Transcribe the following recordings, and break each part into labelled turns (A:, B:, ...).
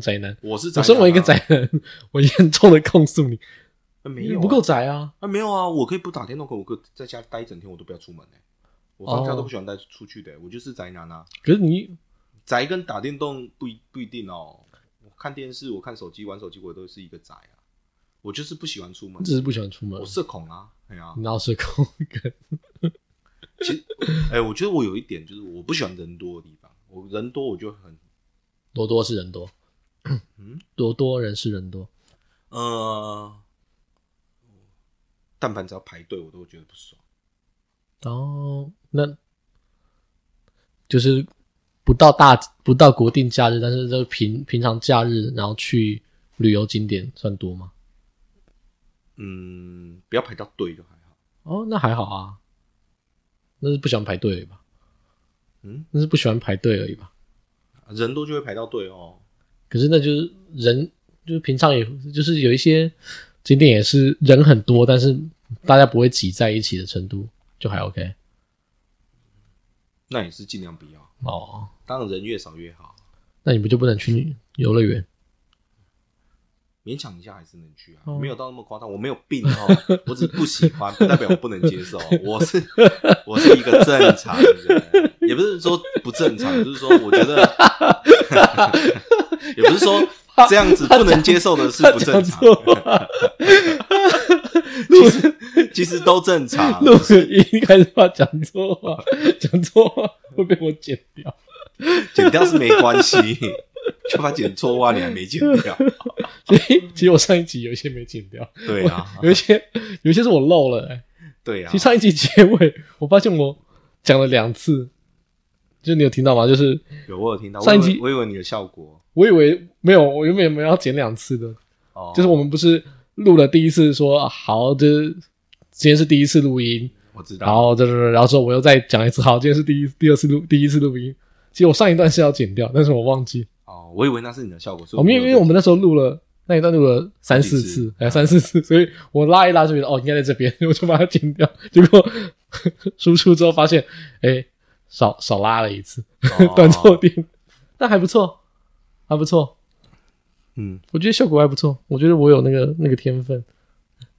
A: 宅男，
B: 我是宅
A: 我
B: 男啊
A: 身为一个宅男， 我严重的控诉你，
B: 啊没
A: 你
B: 有啊
A: 不够宅啊！
B: 啊，没有啊，我可以不打电动，可我可以在家待一整天，我都不要出门哎、我放假都不喜欢带出去的、我就是宅男啊，
A: 可是你
B: 宅跟打电动不一不一定哦。我看电视，我看手机，玩手机，我都是一个宅啊。我就是不喜欢出门
A: 你，只是不喜欢出门
B: 我，社恐啊，哎呀、
A: 你闹社恐，
B: 其实，哎、我觉得我有一点就是我不喜欢人多的地方，我人多我就很
A: 多多是人多，
B: 嗯
A: 多多人是人多，
B: 呃，但凡只要排队，我都觉得不爽。
A: 然后那就是不到大不到国定假日，但是就平平常假日，然后去旅游景点算多吗？
B: 嗯，不要排到队就还好。
A: 哦，那还好啊，那是不喜欢排队而已吧？
B: 嗯，
A: 那是不喜欢排队而已吧？
B: 人多就会排到队哦。
A: 可是那就是人，就是平常也就是有一些景点也是人很多，但是大家不会挤在一起的程度，就还 OK
B: 那也是尽量不要，
A: 哦。
B: 当然人越少越好，
A: 那你不就不能去游乐园？
B: 勉强一下还是能去啊，
A: 哦
B: 没有到那么夸张。我没有病哦， 我只是不喜欢，不代表我不能接受。哦 我是我是一个正常人，也不是说不正常，就是说我觉得， 也不是说这样子不能接受的是不正常，其实都正 常。
A: 录音开始怕讲错话， 讲错话会被我剪掉。
B: 剪掉是没关系，就怕剪错话你还没剪掉。
A: 其实其实我上一集有一些没剪掉，
B: 对啊，
A: 有一些有一些是我漏了、欸。
B: 对啊
A: 其实，上一集结尾，我发现我讲了两次，就你有听到吗？就是
B: 有我有听到，
A: 上一
B: 我以
A: 集
B: 为我以为你的效果
A: 我以为没有，我原本没有要剪两次的，
B: 哦，
A: 就是我们不是录了第一次说啊好，就是今天是第一次录音，
B: 我知
A: 然
B: 道，
A: 后就是然后之后我又再讲一次，好，今天是第一第二次录第一次录音。其实我上一段是要剪掉，但是我忘记，
B: 哦，我以为那是你的效果，所以
A: 我们哦因为因为我们那时候录了那一段录了三
B: 几
A: 四
B: 次
A: 次，哎三四次，所以我拉一拉就觉得哦应该在这边， 我就把它剪掉。结果输出之后发现，哎少少拉了一次，
B: 哦
A: 短错点，但还不错，还不错。
B: 嗯，
A: 我觉得效果还不错，我觉得我有那个那个天分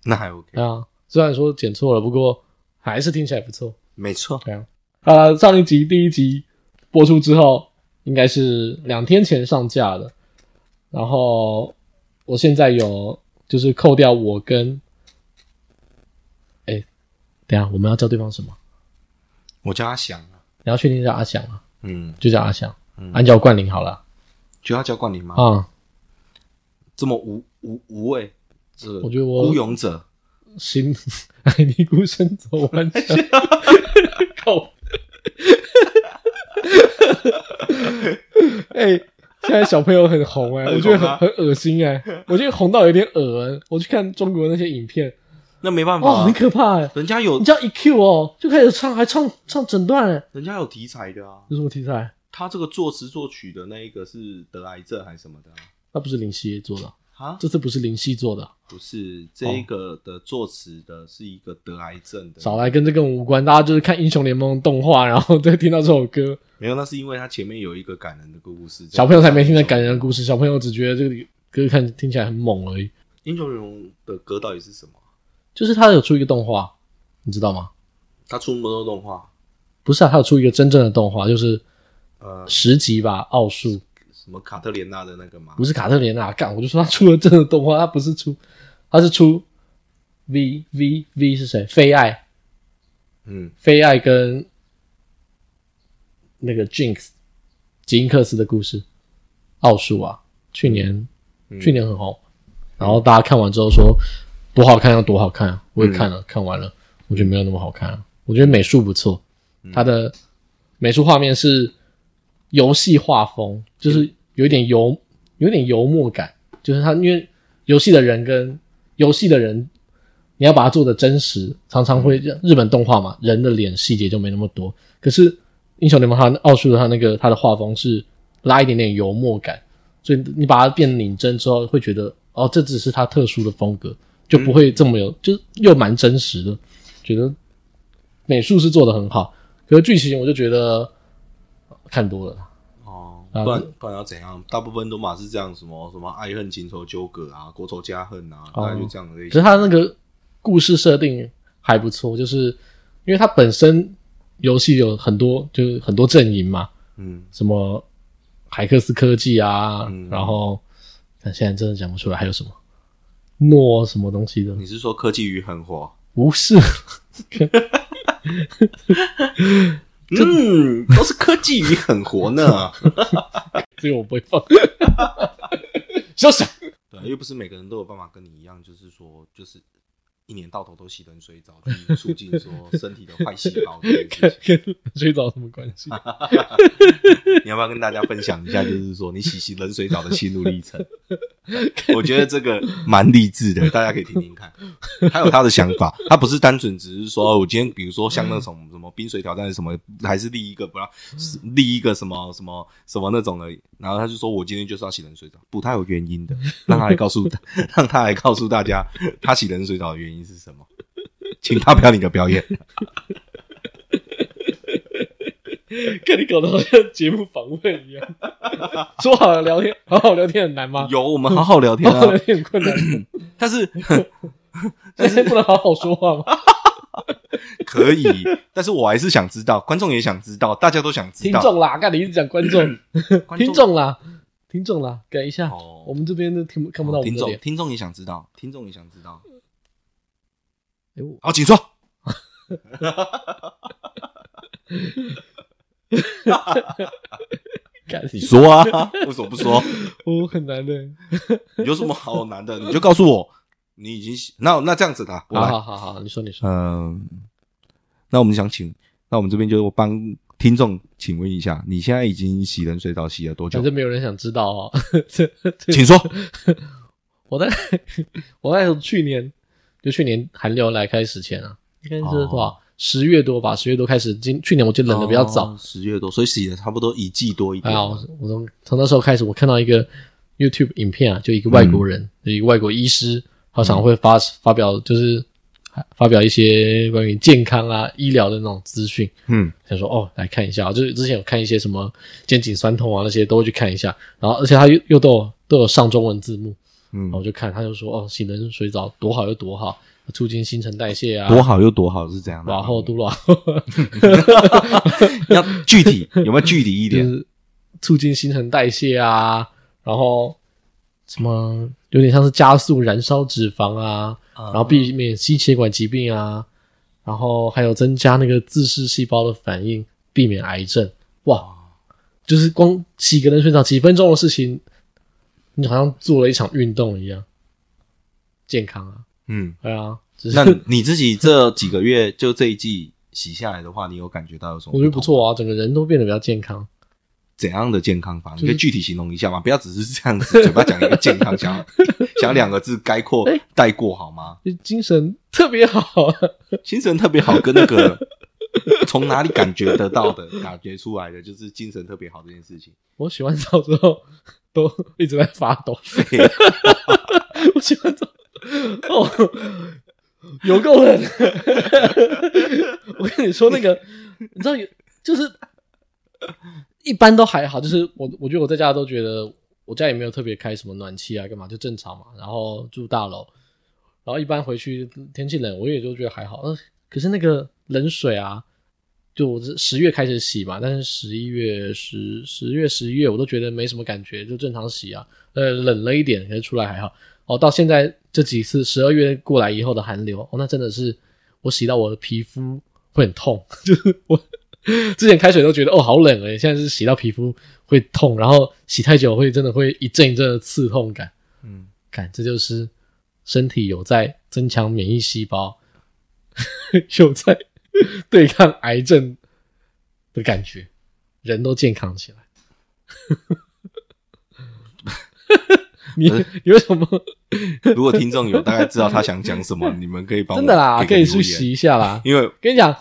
B: 那还 OK，
A: 啊。虽然说剪错了，不过还是听起来不错。
B: 没错，
A: 对啊，呃，上一集第一集播出之后，应该是两天前上架的。然后我现在有就是扣掉我跟，哎，等一下我们要叫对方什么？
B: 我叫他想啊，
A: 你要确定叫阿翔啊，
B: 嗯，
A: 就叫阿翔，
B: 嗯
A: 按照冠霖好了
B: 就要叫冠霖吗？
A: 啊。
B: 这么无无无畏，这个
A: 我觉得我
B: 孤勇者，
A: 行，哎， 尼姑身走弯桥，
B: 啊
A: 靠！哎、现在小朋友很红哎、我觉得
B: 很红
A: 很
B: 啊
A: 很恶心哎、我觉得红到有点恶心。我去看中国那些影片，
B: 那没办法
A: 哦，
B: 啊
A: 很，可怕哎、
B: 人家有
A: 你叫 EQ 哦，就开始唱，还唱唱整段哎、
B: 人家有题材的啊，
A: 有什么题材？
B: 他这个作词作曲的那一个是得癌症还是什么的啊
A: 那不是林夕做的，
B: 啊？
A: 这次哦不是林夕做的，
B: 不是这一个的作词的是一个得癌症的，
A: 少来跟这个无关。大家就是看英雄联盟动画，然后再听到这首歌，
B: 没有，那是因为他前面有一个感人的故事。
A: 小朋友才没听到感人的故事，小朋友只觉得这个歌看听起来很猛而已。
B: 英雄联盟的歌到底是什么？啊
A: 就是他有出一个动画，你知道吗？
B: 他出那么多动画，
A: 不是啊，他有出一个真正的动画，就是
B: 呃，
A: 十集吧，奥数
B: 什么卡特莲娜的那个吗？
A: 不是卡特莲娜干，我就说他出了真的动画，他不是出，他是出 V V V 是谁？菲爱，
B: 嗯，
A: 菲爱跟那个 Jinx 吉恩克斯的故事，奥数啊，去年、去年很红，然后大家看完之后说多好看，要多好看啊！我也看了，看完了，我觉得没有那么好看、啊。我觉得美术不错，它的美术画面是游戏画风，就是有一点游，有点油墨感，就是它因为游戏的人跟游戏的人，你要把它做的真实，常常会日本动画嘛，人的脸细节就没那么多。可是英雄联盟它奥数的它那个它的画风是拉一点点油墨感，所以你把它变拧真之后，会觉得哦，这只是它特殊的风格，就不会这么有，就是又蛮真实的。觉得美术是做的很好，可是剧情我就觉得呃看多了啦，
B: 哦，
A: 啊
B: 不然不然要怎样？大部分都嘛是这样，什么什么爱恨情仇纠葛啊，国仇家恨啊，
A: 哦
B: 大概就这样的类
A: 可是
B: 型。
A: 他那个故事设定还不错，就是因为它本身游戏有很多就是很多阵营嘛，
B: 嗯，
A: 什么海克斯科技啊，
B: 嗯
A: 然后看现在真的讲不出来还有什么诺什么东西的，
B: 你是说科技与狠活？
A: 不是
B: 嗯，都是科技与狠活 呢。
A: 这个我不会放， 休想！
B: 对啊，又不是每个人都有办法跟你一样，就是说，就是一年到头都洗冷水澡，去促进说身体的坏细胞这件事情。
A: 跟睡着什么关 系？
B: 你要不要跟大家分享一下，就是说你洗洗冷水澡的心路历程？我觉得这个蛮励志的，大家可以听听看。他有他的想法，他不是单纯只是说，哦我今天比如说像那种什么冰水挑战什么，还是立一个不要是立一个什么什么什么那种而已。然后他就说我今天就是要洗冷水澡，不，他有原因的，让他来告诉让他来告诉大家他洗冷水澡的原因是什么。请发表你的表演。
A: 跟你搞得好像节目访问一 样，说好了聊天，好好聊天很难吗？
B: 有，我们好好聊天
A: 好好
B: 啊
A: 聊。天很困 难，
B: 但是
A: 但是不能好好说话吗？
B: 可以， 但是我还是想知道，观众也想知道，大家都想 知
A: 听
B: 道。
A: 众啦，看你一直讲观众，
B: 观
A: 听众啦，听众啦，改一下，
B: 哦
A: 我们这边都听不看不到我们
B: 听
A: 的
B: 众，
A: 脸。
B: 听众也想知道，听众也想知道。哦
A: 哎我
B: 好，请说。
A: 干
B: 你说啊？ 为什么不说？
A: 我很难的。
B: 有什么好难的？你就告诉我，你已经洗那那这样子的，我
A: 好
B: 来。
A: 好好好，你说你说，
B: 嗯，那我们想请，那我们这边就帮听众请问一下，你现在已经洗冷水澡洗了多久
A: 反？正没有人想知道哦。 这这
B: 请说。
A: 我在我在去年就去年寒流来开始前啊，应该
B: 哦
A: 是多少十月多吧，十月多开始。今去年我就冷的比较早
B: 哦，，十月多，所以洗了差不多一季多一
A: 哎
B: 点
A: 呀，。我我从从那时候开始，我看到一个 YouTube 影片啊，就一个外
B: 嗯
A: 国人，就一个外国医师，他常会发发表就是发表一些关于健康啊、医疗的那种资讯。
B: 嗯
A: 想说哦，来看一下，就是之前有看一些什么肩颈酸痛啊那些，都会去看一下。然后而且他又又都有都有上中文字幕，
B: 嗯
A: 然后，我就看，他就说哦，洗冷水澡多好又多好，促进新陈代谢啊，
B: 多好又多好是怎样的？嗯
A: 然后多老。
B: 要具体，有没有具体一
A: 就
B: 点？
A: 是 促进新陈代谢啊，然后什么有点像是加速燃烧脂肪啊，然后避免心血管疾病啊，然后还有增加那个自噬细胞的反应，避免癌症。哇，就是光洗个冷水澡几分钟的事情，你好像做了一场运动一样，健康啊，
B: 嗯，
A: 对啊，只是
B: 那你自己这几个月就这一季洗下来的话，你有感觉到有什么？
A: 我觉得不，错啊，整个人都变得比较健康。
B: 怎样的健康法？你
A: 是
B: 可以具体形容一下吗？不要只是这样子，嘴巴讲一个健康，想要 想两个字概括
A: 哎
B: 带过好吗？
A: 就精神特别好、啊，
B: 精神特别好，跟那 个从哪里感觉得到的、感觉出来的，就是精神特别好这 件事情。
A: 我洗完澡之后都一直在发抖， 我洗完澡哦，有够冷。 我跟你说，那个你知道有，就是一般都还好，就是我我觉得我在家都觉得我家也没有特别开什么暖气啊，干嘛就正常嘛。然后住大楼，然后一般回去天气冷，我也就觉得还好。呃可是那个冷水啊，就我是十月开始洗嘛，但是十一月、十十月、十一月我都觉得没什么感觉，就正常洗啊。呃，冷了一点，可是出来还好。哦，到现在这几次十二月过来以后的寒流，哦，那真的是我洗到我的皮肤会很痛， 就是我之前开水都觉得哦好冷诶，现在是洗到皮肤会痛，然后洗太久会真的会一阵一阵的刺痛感，
B: 嗯，
A: 感这就是身体有在增强免疫细胞， 有在对抗癌症的感觉，人都健康起来。 你你为什么
B: 如果听众有大概知道他想讲什么，你们可以帮我
A: 真的啦？
B: 给
A: 可
B: 个
A: 以去
B: 留言
A: 洗，一下 啦。
B: 因为
A: 跟你讲，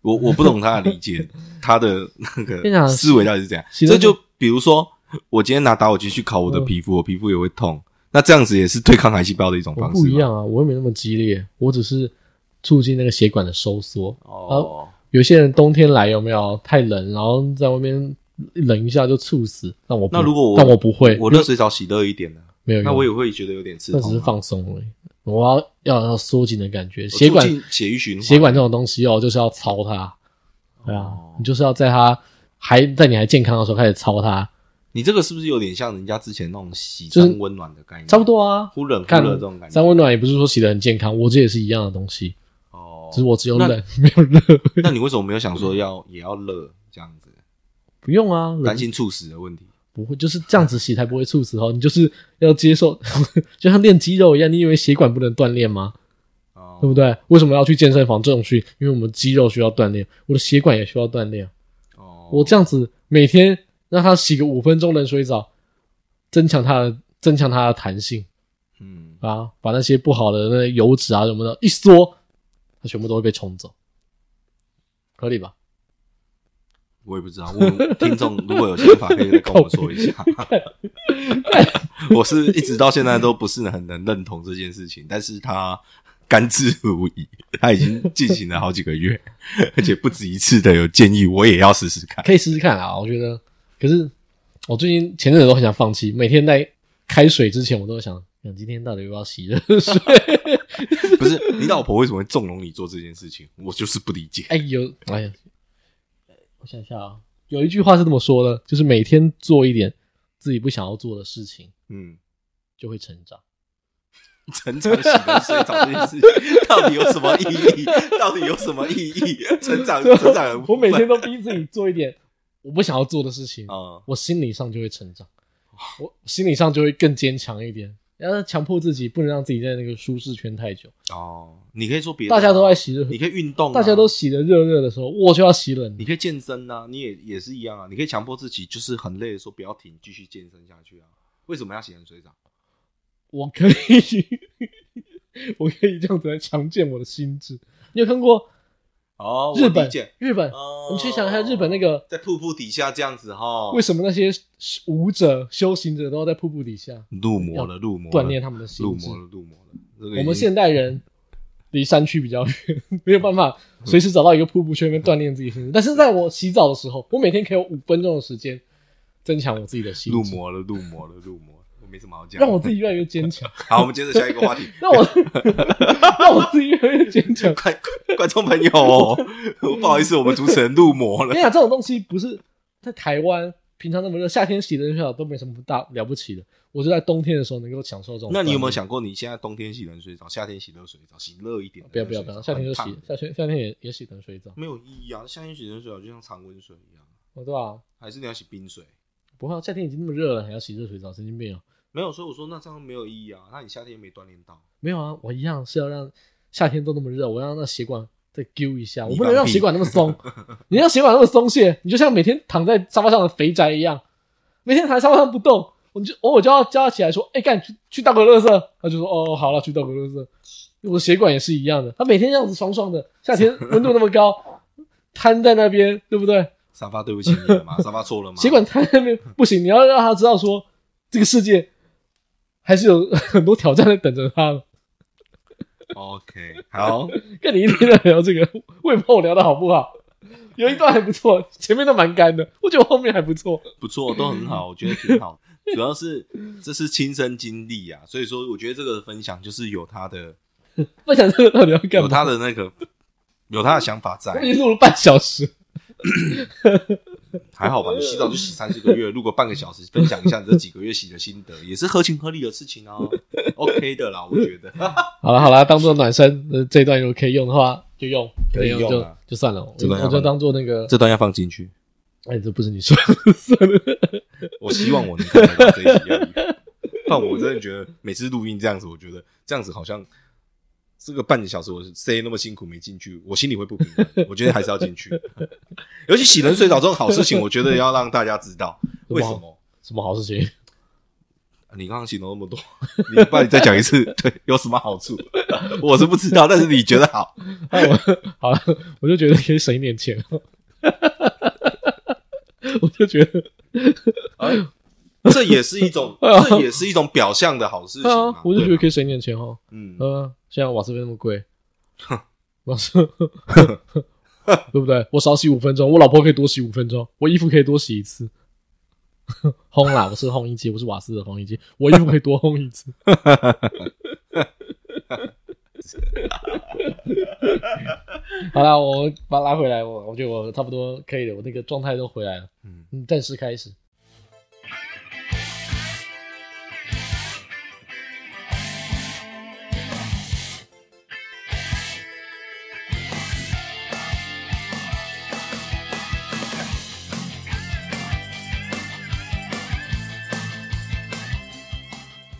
B: 我我不懂他的理解，他的那
A: 跟你讲
B: 个思维到底是怎样。
A: 洗
B: 这
A: 热水
B: 就比如说，我今天拿打火机去烤我的
A: 嗯
B: 皮肤，我皮肤也会痛。那这样子也是对抗癌细胞的一种
A: 我
B: 方式。
A: 不一。样啊，我又没那么激烈，我只是促进那个血管的收缩。
B: 哦，
A: 有些人冬天来有没有太冷，然后在外面冷一下就猝死，但我不
B: 那如果我
A: 但我不会，
B: 我
A: 因
B: 热
A: 为
B: 水澡洗热一点呢、
A: 没有用，
B: 那我也会觉得有点刺
A: 那
B: 痛、
A: 只是
B: 啊。
A: 放松而已。我要要要缩紧的感觉，
B: 我
A: 血管
B: 促进血液循环，
A: 血管这种东西哦，就是要操它，对啊，
B: 哦
A: 你就是要在它还在你还健康的时候开始操它，
B: 你这个是不是有点像人家之前那种洗
A: 就是
B: 三温暖的概念？
A: 差不多啊。
B: 忽冷忽
A: 看
B: 热这种感觉。
A: 三温暖也不是说洗的很健康，我这也是一样的东西，
B: 哦
A: 只，是我只有
B: 那
A: 冷 没有热，
B: 那你为什么没有想说要也要热这样子？
A: 不用啊，冷
B: 担心猝死的问题。
A: 不会，就是这样子洗才不会猝死哦。你就是要接受， 就像练肌肉一样，你以为血管不能锻炼吗？
B: 哦
A: 对不对？为什么要去健身房这种去？因为我们肌肉需要锻炼，我的血管也需要锻炼。
B: 哦，
A: 我这样子每天让它洗个五分钟冷水澡，增强它的增强它的弹性
B: 嗯，
A: 啊，把那些不好的那些油脂啊什么的一缩，它全部都会被冲走，合理吧？
B: 我也不知道。我听众如果有想法，可以再跟我 说一下。我是一直到现在都不是很能认同这件事情，但是他甘之如饴，他已经进行了好几个月， 而且不止一次的有建议，我也要 试试看。
A: 可以试试看啊，我觉得。可是我最近前阵子都很想放弃，每天在开水之前，我都会想，想今天到底要不要洗热 水？
B: 不是你老婆为什么会纵容你做这件事情？我就是不理解。
A: 哎有，哎呀，我想一下啊，有一句话是这么说的，就是每天做一点自己不想要做的事情，
B: 嗯，
A: 就会成长。
B: 成长洗冷水澡这件事情到底有什么意义？到底有什么意义？成长，成长的部分，
A: 啊我每天都逼自己做一点我不想要做的事情，
B: 啊、
A: 我心理上就会成长，我心理上就会更坚强一点。要强迫自己，不能让自己在那个舒适圈太久。
B: 哦，你可以说别的啊、
A: 大家都在洗热，
B: 你可以运动、啊，
A: 大家都洗的热热的时候，我就要洗冷
B: 你。可以健身呐、你也也是一样啊，你可以强迫自己，就是很累的时候不要停，继续健身下去啊。为什么要洗冷水澡？
A: 我可以， 我可以这样子来强健我的心智。你有看过
B: 哦，我
A: 日
B: 理
A: 本
B: 解。？
A: 日本，
B: 哦
A: 你去想一下日本那个
B: 在瀑布底下这样子哈，
A: 为什么那些舞者、修行者都要在瀑布底下
B: 入魔了，入魔了
A: 锻炼他们的心
B: 入
A: 智
B: 魔？了，入魔了。这个已
A: 我们
B: 经
A: 现代人离山区比较远，没有办法
B: 嗯
A: 随时找到一个瀑布去那边锻炼自己的心智。但是在我洗澡的时候，我每天可以有五分钟的时间增强我自己的心
B: 入
A: 智，
B: 魔了，入魔了，入魔了。我没什么好讲。
A: 让我自己越来越坚强。
B: 好，我们接着下一个话 题。
A: 让我让我自己越来越坚强。
B: 观观众朋友、哦不好意思，我们主持人入魔
A: 我
B: 了
A: 跟。你讲，这种东西不是在台湾平常那么热，夏天洗的热水澡都没什么大了不起的。我就在冬天的时候能够享受这种。
B: 那你有没有？想过，你现在冬天洗冷水澡，夏天洗热水澡，洗热一点的
A: 不要
B: 热
A: 不
B: 水
A: 要
B: 澡？
A: 不要，夏天就洗
B: 很，烫
A: 夏天夏天也也洗冷水澡，
B: 没有意义啊！夏天洗冷水澡就像常温水一样，
A: 哦对吧？
B: 还是你要洗冰水？
A: 不会啊，夏天已经那么热了，还要洗热水澡，神经病啊！
B: 没有，所以我说那这样没有意义啊！那你夏天没锻炼到，
A: 没有啊，我一样是要让夏天都那么热，我要让那血管再揪一下，
B: 你
A: 我不能让
B: 放屁
A: 血管那么松。 你让血管那么松懈，你就像每天躺在沙发上的肥宅一样，每天躺在沙发上不动，我就偶尔就要叫他起来说：“哎、干去去倒个垃圾。”他就说：“哦，好了，去倒个垃圾。”我的血管也是一样的，他每天这样子爽爽的，夏天温度那么高， 瘫在那边，对不对？
B: 沙发对不起你 了嘛？沙发错了吗？
A: 血管瘫在那边不行，你要让他知道说，这个世界还是有很多挑战在等着他的。
B: OK，好，
A: 跟你一天在聊这个， 我也不知道我聊的好不好。有一段还不错，前面都蛮干的，我觉得后面还不错。
B: 不错，都很好，我觉得挺好。 主要是这是亲身经历啊，所以说我觉得这个分享就是有他的
A: 分享这个到底要干
B: 有
A: 嘛？
B: 他的那个有他的想法在
A: 我，已经录了半小时，
B: 还好吧？你洗澡就洗三四个月，如果半个小时分享一下你这几个月洗的心得，也是合情合理的事情啊，OK 的啦，我觉 得。
A: 好了好了，当做暖身。呃，这段如果可以用的话就用，
B: 可以
A: 不
B: 用
A: 就
B: 啊
A: 就算了，我
B: 这段要
A: 我就当做那个。
B: 这段要放进去，
A: 哎，这不是你说的，算了。
B: 我希望我能看得到这一集要语。但我真的觉得每次录音这样子，我觉得这样子好像这个半个小时我 C 那么辛苦没进去，我心里会不平衡。我觉得还是要进去， 尤其洗冷水澡这种好事情，我觉得要让大家知道为什么。
A: 什么好事情？
B: 你刚刚形容那么多，你不然你再讲一次，对，有什么好处？我是不知道，但是你觉得好，
A: 哎，我好了，我就觉得可以省一点钱。哦 我就觉得
B: 这也是一种，这也是一种表象的好事情
A: 对
B: 嘛
A: 啊，。我就觉得
B: 对吧
A: 可以省一点钱哦。
B: 嗯，
A: 呃，现在瓦斯费那么贵，老师， 对不对？我少洗五分钟，我老婆可以多洗五分钟，我衣服可以多洗一次。 烘啦，我是烘衣机，我是瓦斯的烘衣机，我衣服可以多烘一次。 好啦，我把它拉回来，我我觉得我差不多可以了，我那个状态都回来了。
B: 嗯
A: 嗯，正式开始。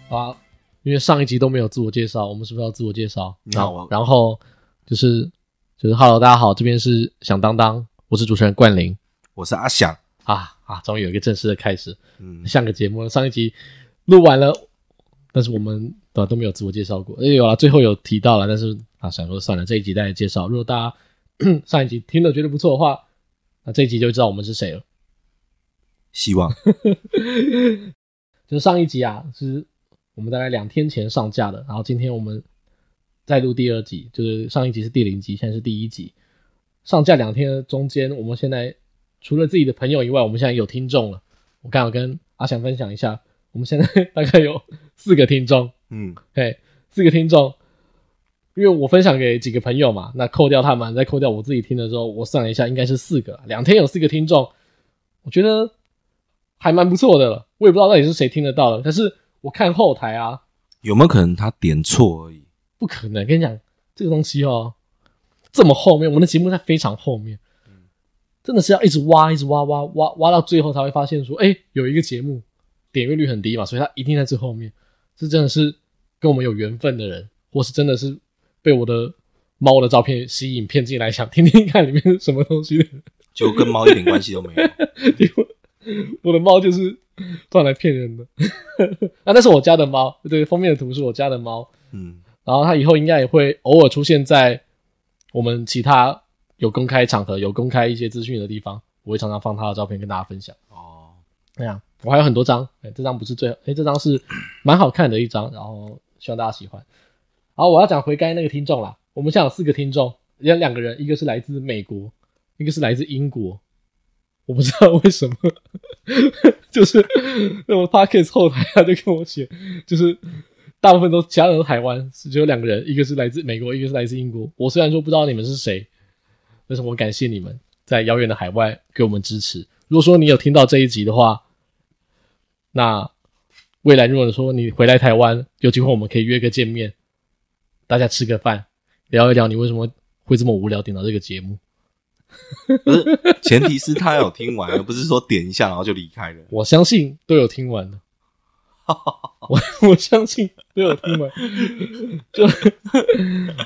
A: 好啊，因为上一集都没有自我介绍，我们是不是要自我介绍？
B: 你好
A: 然后
B: 我
A: 然后就是就是 Hello，大家好，这边是响当当，我是主持人冠霖
B: 我是阿翔，
A: 啊啊，终于有一个正式的开始，
B: 嗯，
A: 像个节目了。上一集录完了，但是我们对吧都没有自我介绍过，哎有啊，最后有提到了，但是啊想说算了，这一集再来介绍。如果大家 上一集听了觉得不错的话，那这一集就知道我们是谁了。
B: 希望
A: 就是上一集啊，是我们大概两天前上架的，然后今天我们再录第二集，就是上一集是第零集，现在是第一集。上架两天的中间，我们现在除了自己的朋友以外，我们现在有听众了。我刚好跟阿翔分享一下，我们现在 大概有四个听众，
B: 嗯
A: 嘿，四个听众，因为我分享给几个朋友嘛，那扣掉他们，再扣掉我自己听的时候，我算了一下，应该是四个，两天有四个听众，我觉得还蛮不错的了。我也不知道到底是谁听得到了，但是我看后台啊，
B: 有没有可能他点错而已？
A: 不可能，跟你讲这个东西哦，这么后面，我们的节目在非常后面，真的是要一直挖，一直挖，挖挖挖到最后才会发现说，哎、有一个节目点阅率很低嘛，所以它一定在最后面。这真的是跟我们有缘分的人，或是真的是被我的猫的照片吸引骗进来，想听听看里面是什么东西的。
B: 就跟猫一点关系都没有。
A: 结果 我的猫就是断来骗人的 啊！那是我家的猫，对，封面的图是我家的猫。
B: 嗯，
A: 然后它以后应该也会偶尔出现在我们其他有公开场合、有公开一些资讯的地方，我会常常放它的照片跟大家分享。
B: 哦，
A: 哎呀，我还有很多张，哎，这张不是最，哎，这张是蛮好看的一张，然后希望大家喜欢。然后我要讲回刚才那个听众啦，我们现在有四个听众，有两个人，一个是来自美国，一个是来自英国，我不知道为什么， 就是那种 podcast 后台他就跟我写，就是大部分都其他人都台湾，只有两个人，一个是来自美国，一个是来自英国。我虽然说不知道你们是谁，但是我感谢你们在遥远的海外给我们支持。如果说你有听到这一集的话，那未来如果说你回来台湾，有机会我们可以约个见面，大家吃个饭，聊一聊你为什么会这么无聊点到这个节目。
B: 不是，前提是他有听完，而不是说点一下然后就离开了。
A: 我相信都有听完的，我我相信都有听完。就，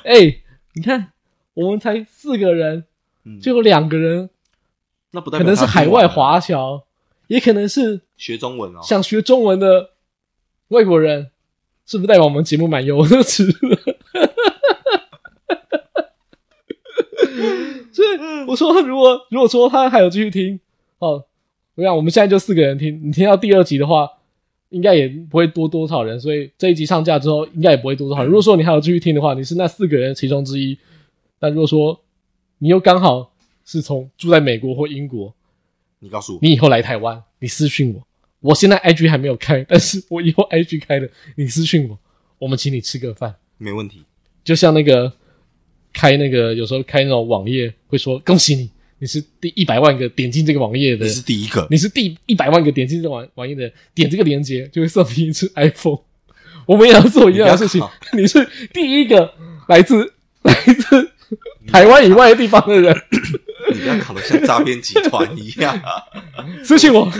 A: 哎、你看，我们才四个人，
B: 嗯，
A: 就有两个人
B: 那不代
A: 可
B: 表
A: 能是
B: 他听
A: 海
B: 完
A: 外
B: 了
A: 华侨，也可能是
B: 学中文哦。
A: 想学中文的外国人，是不是代表我们节目蛮优质的？ 所以我说，如果如果说他还有继续听，哦，我想我们现在就四个人听，你听到第二集的话，应该也不会多多少人，所以这一集上架之后，应该也不会多多少人。如果说你还有继续听的话，你是那四个人其中之一，那如果说你又刚好是从住在美国或英国，
B: 你告诉我，
A: 你以后来台湾，你私讯我。我现在 IG 还没有开，但是我以后 IG 开了，你私讯我，我们请你吃个饭。
B: 没问题。
A: 就像那个开那个有时候开那种网页会说恭喜你，你是第一百万个点进这个网页的
B: 你
A: 人，
B: 是第一个，
A: 你是第一百万个点进这个网网页的人，点这个链接就会送你一只 iPhone。我们也要做一样的事情
B: 你不，
A: 你是第一个来自来自台湾以外的地方的人，
B: 你不要搞得像诈骗集团一样 啊！
A: 私信我。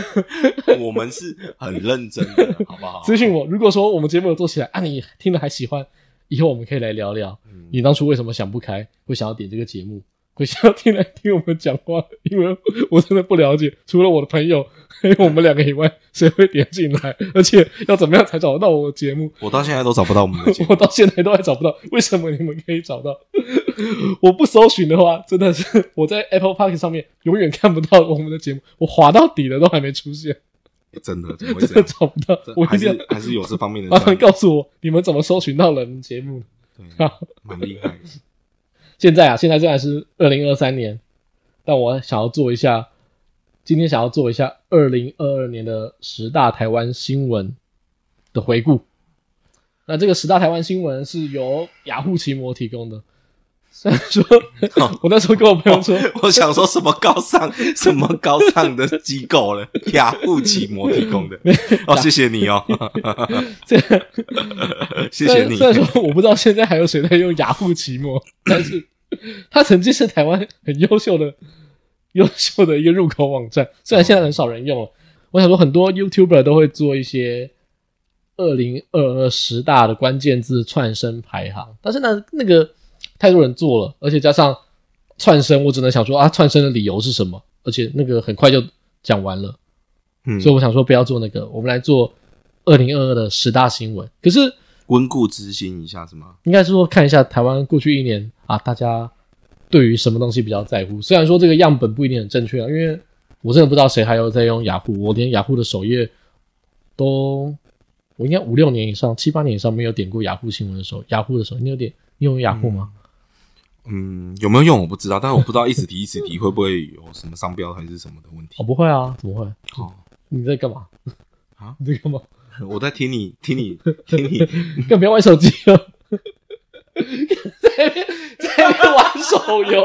B: 我们是很认真的，好不好？
A: 咨询我。如果说我们节目有做起来啊，你听了还喜欢，以后我们可以来聊聊，
B: 嗯
A: 你当初为什么想不开，会想要点这个节目， 会想要听来听我们讲话，因为我真的不了解，除了我的朋友 还有我们两个以外， 谁会点进来？而且要怎么样才找得到我的节目？
B: 我到现在都找不到我们的节目。
A: 我到现在都还找不到，为什么你们可以找到？ 我不搜寻的话，真的是我在 Apple Park 上面永远看不到我们的节目，我滑到底了都还没出现，
B: 真的怎么会
A: 真
B: 这
A: 的
B: 样？
A: 找不到
B: 啊 这。
A: 我
B: 还
A: 一定要啊
B: 是还是有这方面 的
A: 麻
B: 专
A: 烦
B: 业，
A: 告诉我你们怎么搜寻到人节目的？
B: 对，
A: 好，
B: 蛮厉害的。
A: 现在啊，现在虽然是二零二三年但我想要做一下，今天想要做一下二零二二年的十大台湾新闻的回顾。那这个十大台湾新闻是由雅虎奇摩提供的。虽然说， 我那时候跟我朋友说，
B: 我想说什么高尚、 什么高尚的机构了？雅虎奇摩提供的 哦，谢谢你哦，
A: 这个
B: 谢谢你
A: 虽。然虽然说我不知道现在还有谁在用雅虎奇摩， 但是它曾经是台湾很优秀的、优秀的一个入口网站，虽然现在很少人用了。我想说，很多 YouTuber 都会做一些二零二二十大的关键字串升排行，但是呢，那个太多人做了，而且加上串升，我只能想说啊，串升的理由是什么？而且那个很快就讲完了。
B: 嗯，
A: 所以我想说不要做那个，我们来做二零二二的十大新闻。可是
B: 温故知新一下是吗？
A: 应该是说看一下台湾过去一年啊，大家对于什么东西比较在乎？虽然说这个样本不一定很正确啊，因为我真的不知道谁还有在用雅虎，我连雅虎的首页都，我应该五六年以上、七八年以上没有点过雅虎新闻的时候，雅虎的时候，你有点你有用雅虎吗？
B: 嗯，有没有用我不知道，但是我不知道一直提一直提会不会有什么商标还是什么的问
A: 哦，
B: 题。
A: 不会啊，怎么会？
B: 哦，
A: 你在干嘛？
B: 啊
A: 你在干嘛？
B: 我在听你听你听你，
A: 更不要玩手机哦了， 在那边在那边玩手游。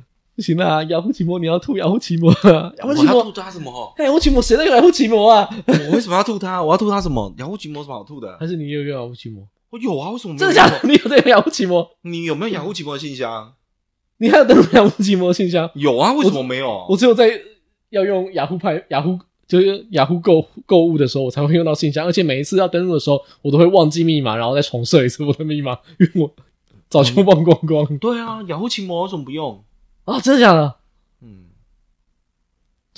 A: 不行啊啦，雅虎奇摩你要吐雅虎奇摩 啊，雅虎奇
B: 我要吐
A: 摩，
B: 他什么？
A: 哎，雅虎奇摩谁在用雅虎奇摩啊？
B: 我为什么要吐他？我要吐他什么？雅虎奇摩有什么好吐的
A: 还？是你有用雅虎奇摩？
B: 我有啊，为什么 没
A: 真
B: 有
A: 的假
B: 用？
A: 的？你有在用雅虎奇摩？
B: 你有没有雅虎奇摩的信箱？
A: 你还有登录雅虎奇摩信箱？
B: 有啊，为什么没有？
A: 我只有在要用雅虎拍雅虎。就是雅虎购购物的时候，我才会用到信箱，而且每一次要登录的时候，我都会忘记密码，然后再重设一次我的密码，因为我早就忘光光了
B: 对啊，雅虎奇摩为什么不用？
A: 啊！真的假的？
B: 嗯，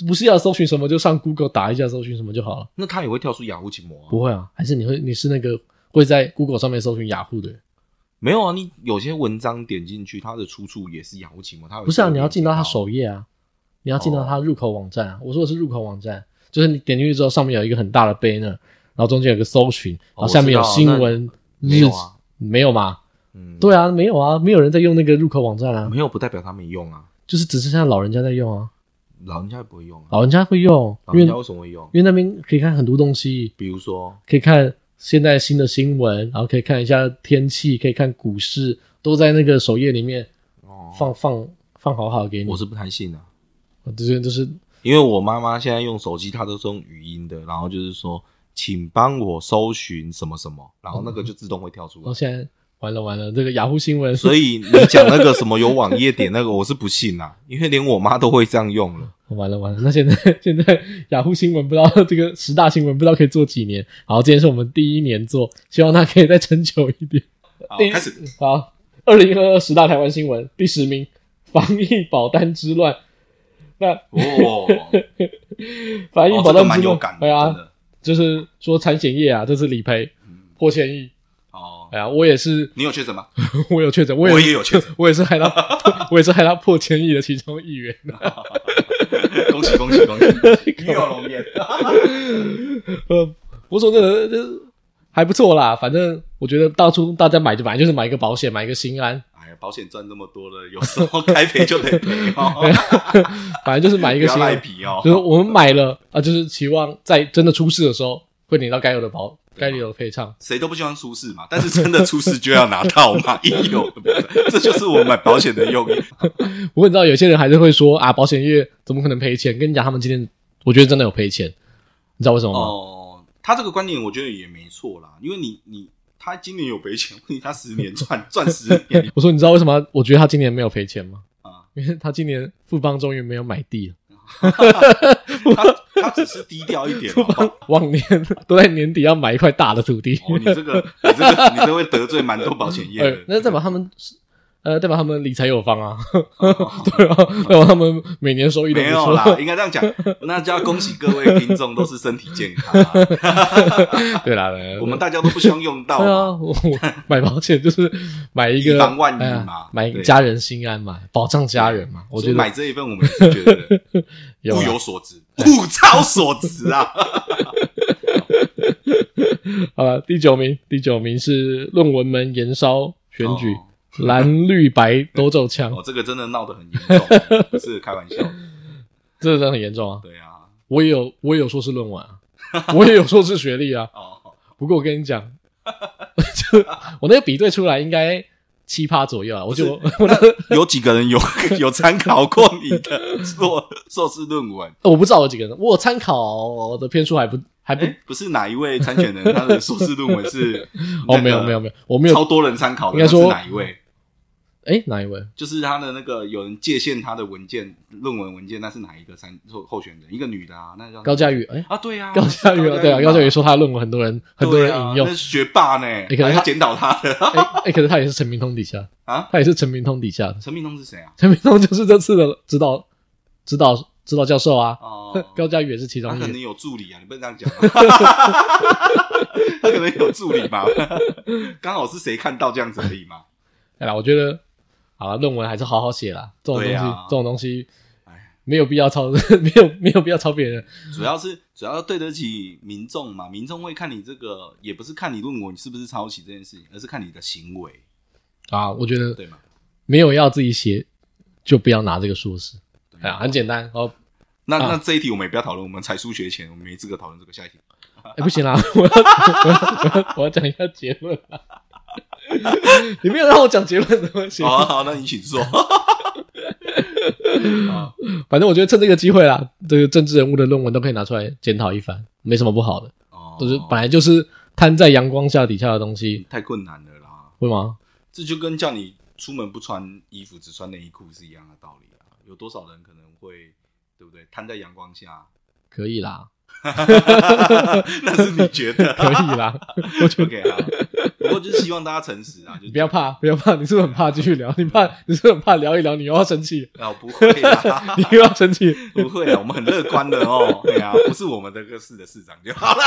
A: 不是要搜寻什么就上 Google 打一下搜寻什么就好了。
B: 那他也会跳出雅虎奇摩啊？
A: 不会啊，还是你会你是那个会在 Google 上面搜寻雅虎的人？
B: 没有啊，你有些文章点进去，它的出处也是雅虎奇摩，它有
A: 不是啊，
B: 一个
A: 你要进到它
B: 连接
A: 首页啊，你要进
B: 哦
A: 到它入口网站啊。我说的是入口网站，就是你点进去之后，上面有一个很大的 banner，然后中间有个搜寻，然
B: 哦
A: 后下面有新闻、
B: 没
A: 日
B: 有
A: 子，
B: 啊，
A: 没有嘛？
B: 嗯，
A: 对啊，没有啊，没有人在用那个入口网站啊，
B: 没有不代表他没用啊，
A: 就是只剩下老人家在用啊，
B: 老人家也不会用啊，
A: 老人家会用，
B: 老
A: 哦因为
B: 人家
A: 因
B: 为什么会用？
A: 为那边可以看很多东西，
B: 比如说，
A: 可以看现在新的新闻，然后可以看一下天气，可以看股市，都在那个首页里面
B: 哦，
A: 放放放好好给你。
B: 我是不太信啊，
A: 这些就是
B: 因为我妈妈现在用手机，她都是用语音的，然后就是说，请帮我搜寻什么什么，然后那个就自动会跳出
A: 然
B: 来
A: 后。哦现在完了完了，这个雅虎新闻，
B: 所以你讲那个什么有网页点那个，我是不信啊，因为连我妈都会这样用了。
A: 哦完了完了。那现在 现在雅虎新闻不知道这个十大新闻不知道可以做几年。好，今天是我们第一年做，希望它可以再撑久一点。
B: 好
A: 第一
B: 哦开始，
A: 好，二零二二十大台湾新闻第十名，防疫保单之乱。那
B: 哦，
A: 防疫
B: 哦
A: 保
B: 这个
A: 单
B: 蛮
A: 之
B: 有
A: 乱，
B: 感的，
A: 对啊
B: 真，的。嗯
A: 就是说产险业啊，这次理赔破千亿。
B: 哦，
A: 哎呀，我也是，
B: 你有确诊吗？
A: 我有确诊，我
B: 我
A: 也
B: 也有确诊，
A: 我也是 害他， 我也是害他破千亿的其中一员。
B: 恭喜恭喜恭喜！ 鱼有龙颜，
A: 呃，我说真的，就是还不错啦，反正我觉得当初大家买就买，就是买一个保险，买一个心安，
B: 哎呀，保险赚那么多了，有时候该赔就得赔 哦，
A: 反正就是买
B: 不
A: 一个
B: 要
A: 心
B: 赖
A: 安。
B: 皮哦。
A: 就是我们买了啊，就是期望在真的出事的时候会领到该有的保，该有的赔偿。
B: 谁都不希望出事嘛，但是真的出事就要拿到嘛，应有的部分，这就是我买保险的用意。
A: 不过你知道有些人还是会说啊，保险业怎么可能赔钱？跟你讲，他们今天我觉得真的有赔钱，你知道为什么吗？
B: 哦，他这个观点我觉得也没错啦，因为你你他今年有赔钱，问题他十 年赚赚十年
A: 我说你知道为什么我觉得他今年没有赔钱吗？
B: 啊，
A: 因为他今年富邦终于没有买地了，
B: 他他只是低调一点 好不好
A: 往年都在年底要买一块大的土地。
B: 哦，你这个你这个你这会得罪蛮多保险业
A: 呃
B: 的，。
A: 那代表他们呃，代表他们理财有方啊，
B: 哦
A: 对啊，代表他们每年收益都
B: 没
A: 不
B: 有
A: 错，
B: 啦，应该这样讲，那就要恭喜各位听众都是身体健 康啊、
A: 对啦，对啦
B: 我们大家都不希望用到
A: 对
B: 嘛，
A: 啊，我我买保险就是买一个
B: 以防万一
A: 哎呀
B: 嘛
A: 买
B: 对
A: 家人心安嘛，保障家人嘛，我
B: 所
A: 觉
B: 以
A: 得
B: 买这一份我们也是觉得
A: 有
B: 物
A: 啊
B: 有所值， 物超所值啊。
A: 好了，第九名，第九名是论文门延烧 选举，
B: 哦
A: 蓝绿白都中枪，
B: 哦，这个真的闹得很严重，不是开 玩笑的。
A: 这真的很严重啊！
B: 对啊，
A: 我也有，我也有硕士论文啊，我也有硕士学历啊。
B: 哦，
A: 不过我跟你讲， 就我那个比对出来应该七趴左右啊，我就 我
B: 有几个人有 有参考过你的硕硕士论 文？
A: 呃我不知道我几个人，我有参考的篇数还不还不？
B: 哎，不是哪一位参选人他的硕士论文是
A: 哦，没有没有没
B: 有，
A: 有，我没有
B: 超多人参考
A: 应
B: 的，
A: 该说
B: 那是哪一位？
A: 哎哪一位？
B: 就是他的那个有人界限他的文件论文文件，那是哪一个参候候选人？一个女的啊，那叫
A: 高佳宇哎。
B: 啊，对啊，
A: 高佳宇
B: 嘛
A: 对啊，高佳宇说他的论文很多人很多人引
B: 对啊
A: 用哎
B: 那，是学霸呢，
A: 可能
B: 还
A: 他
B: 要检讨他的
A: 哎哎，可是他也是陈明通底下
B: 啊
A: 他也是陈明通底下的，
B: 陈明通是谁啊？
A: 陈明通就是这次的指导指导指导教授啊，
B: 哦
A: ，高佳宇也是其中
B: 他
A: 一
B: 可能
A: 人。
B: 有助理啊， 你不能这样讲、他可能有助理嘛， 刚好是谁看到这样子而已嘛。
A: 哎啦，我觉得好了，论文还是好好写啦，这种东西、
B: 对啊
A: 这种东西
B: 哎，
A: 没有必要抄， 没有没有必要抄别人。
B: 主要是主要对得起民众嘛，民众会看你这个，也不是看你论文是不是抄袭这件事情，而是看你的行为，
A: 啊，我觉得
B: 对吗？
A: 没有要自己写，就不要拿这个硕士。
B: 对
A: 哎呀，很简单 哦。
B: 那
A: 啊
B: 那这一题我们也不要讨论，我们才数学前我们没资格讨论这个。下一题，
A: 哎，不行啦，我要我要我要我要讲一下结论啦。 你没有让我讲结论怎么写？
B: 好、哦 好，那你 请说。啊
A: 反正我觉得趁这个机会啦，这个政治人物的论文都可以拿出来检讨一番，没什么不好的。
B: 哦
A: 就是本来就是摊在阳光下底下的东西，
B: 太困难了啦，
A: 会吗？
B: 这就跟叫你出门不穿衣服，只穿内衣裤是一样的道理啊。有多少人可能会，对不对？摊在阳 光下，
A: 可以啦，
B: 那是你 觉得
A: 可以啦，
B: OK 啊？不过就是希望大家诚实啊，就
A: 你不要怕，不要怕，你是不是很怕继续聊？ 你怕，你是不是很怕聊一聊，你又要生 气，
B: 啊，不会啦，
A: 你又要生气。
B: 不会啊，我们很乐观的哦。对啊，不是我们这个市的市长就好了。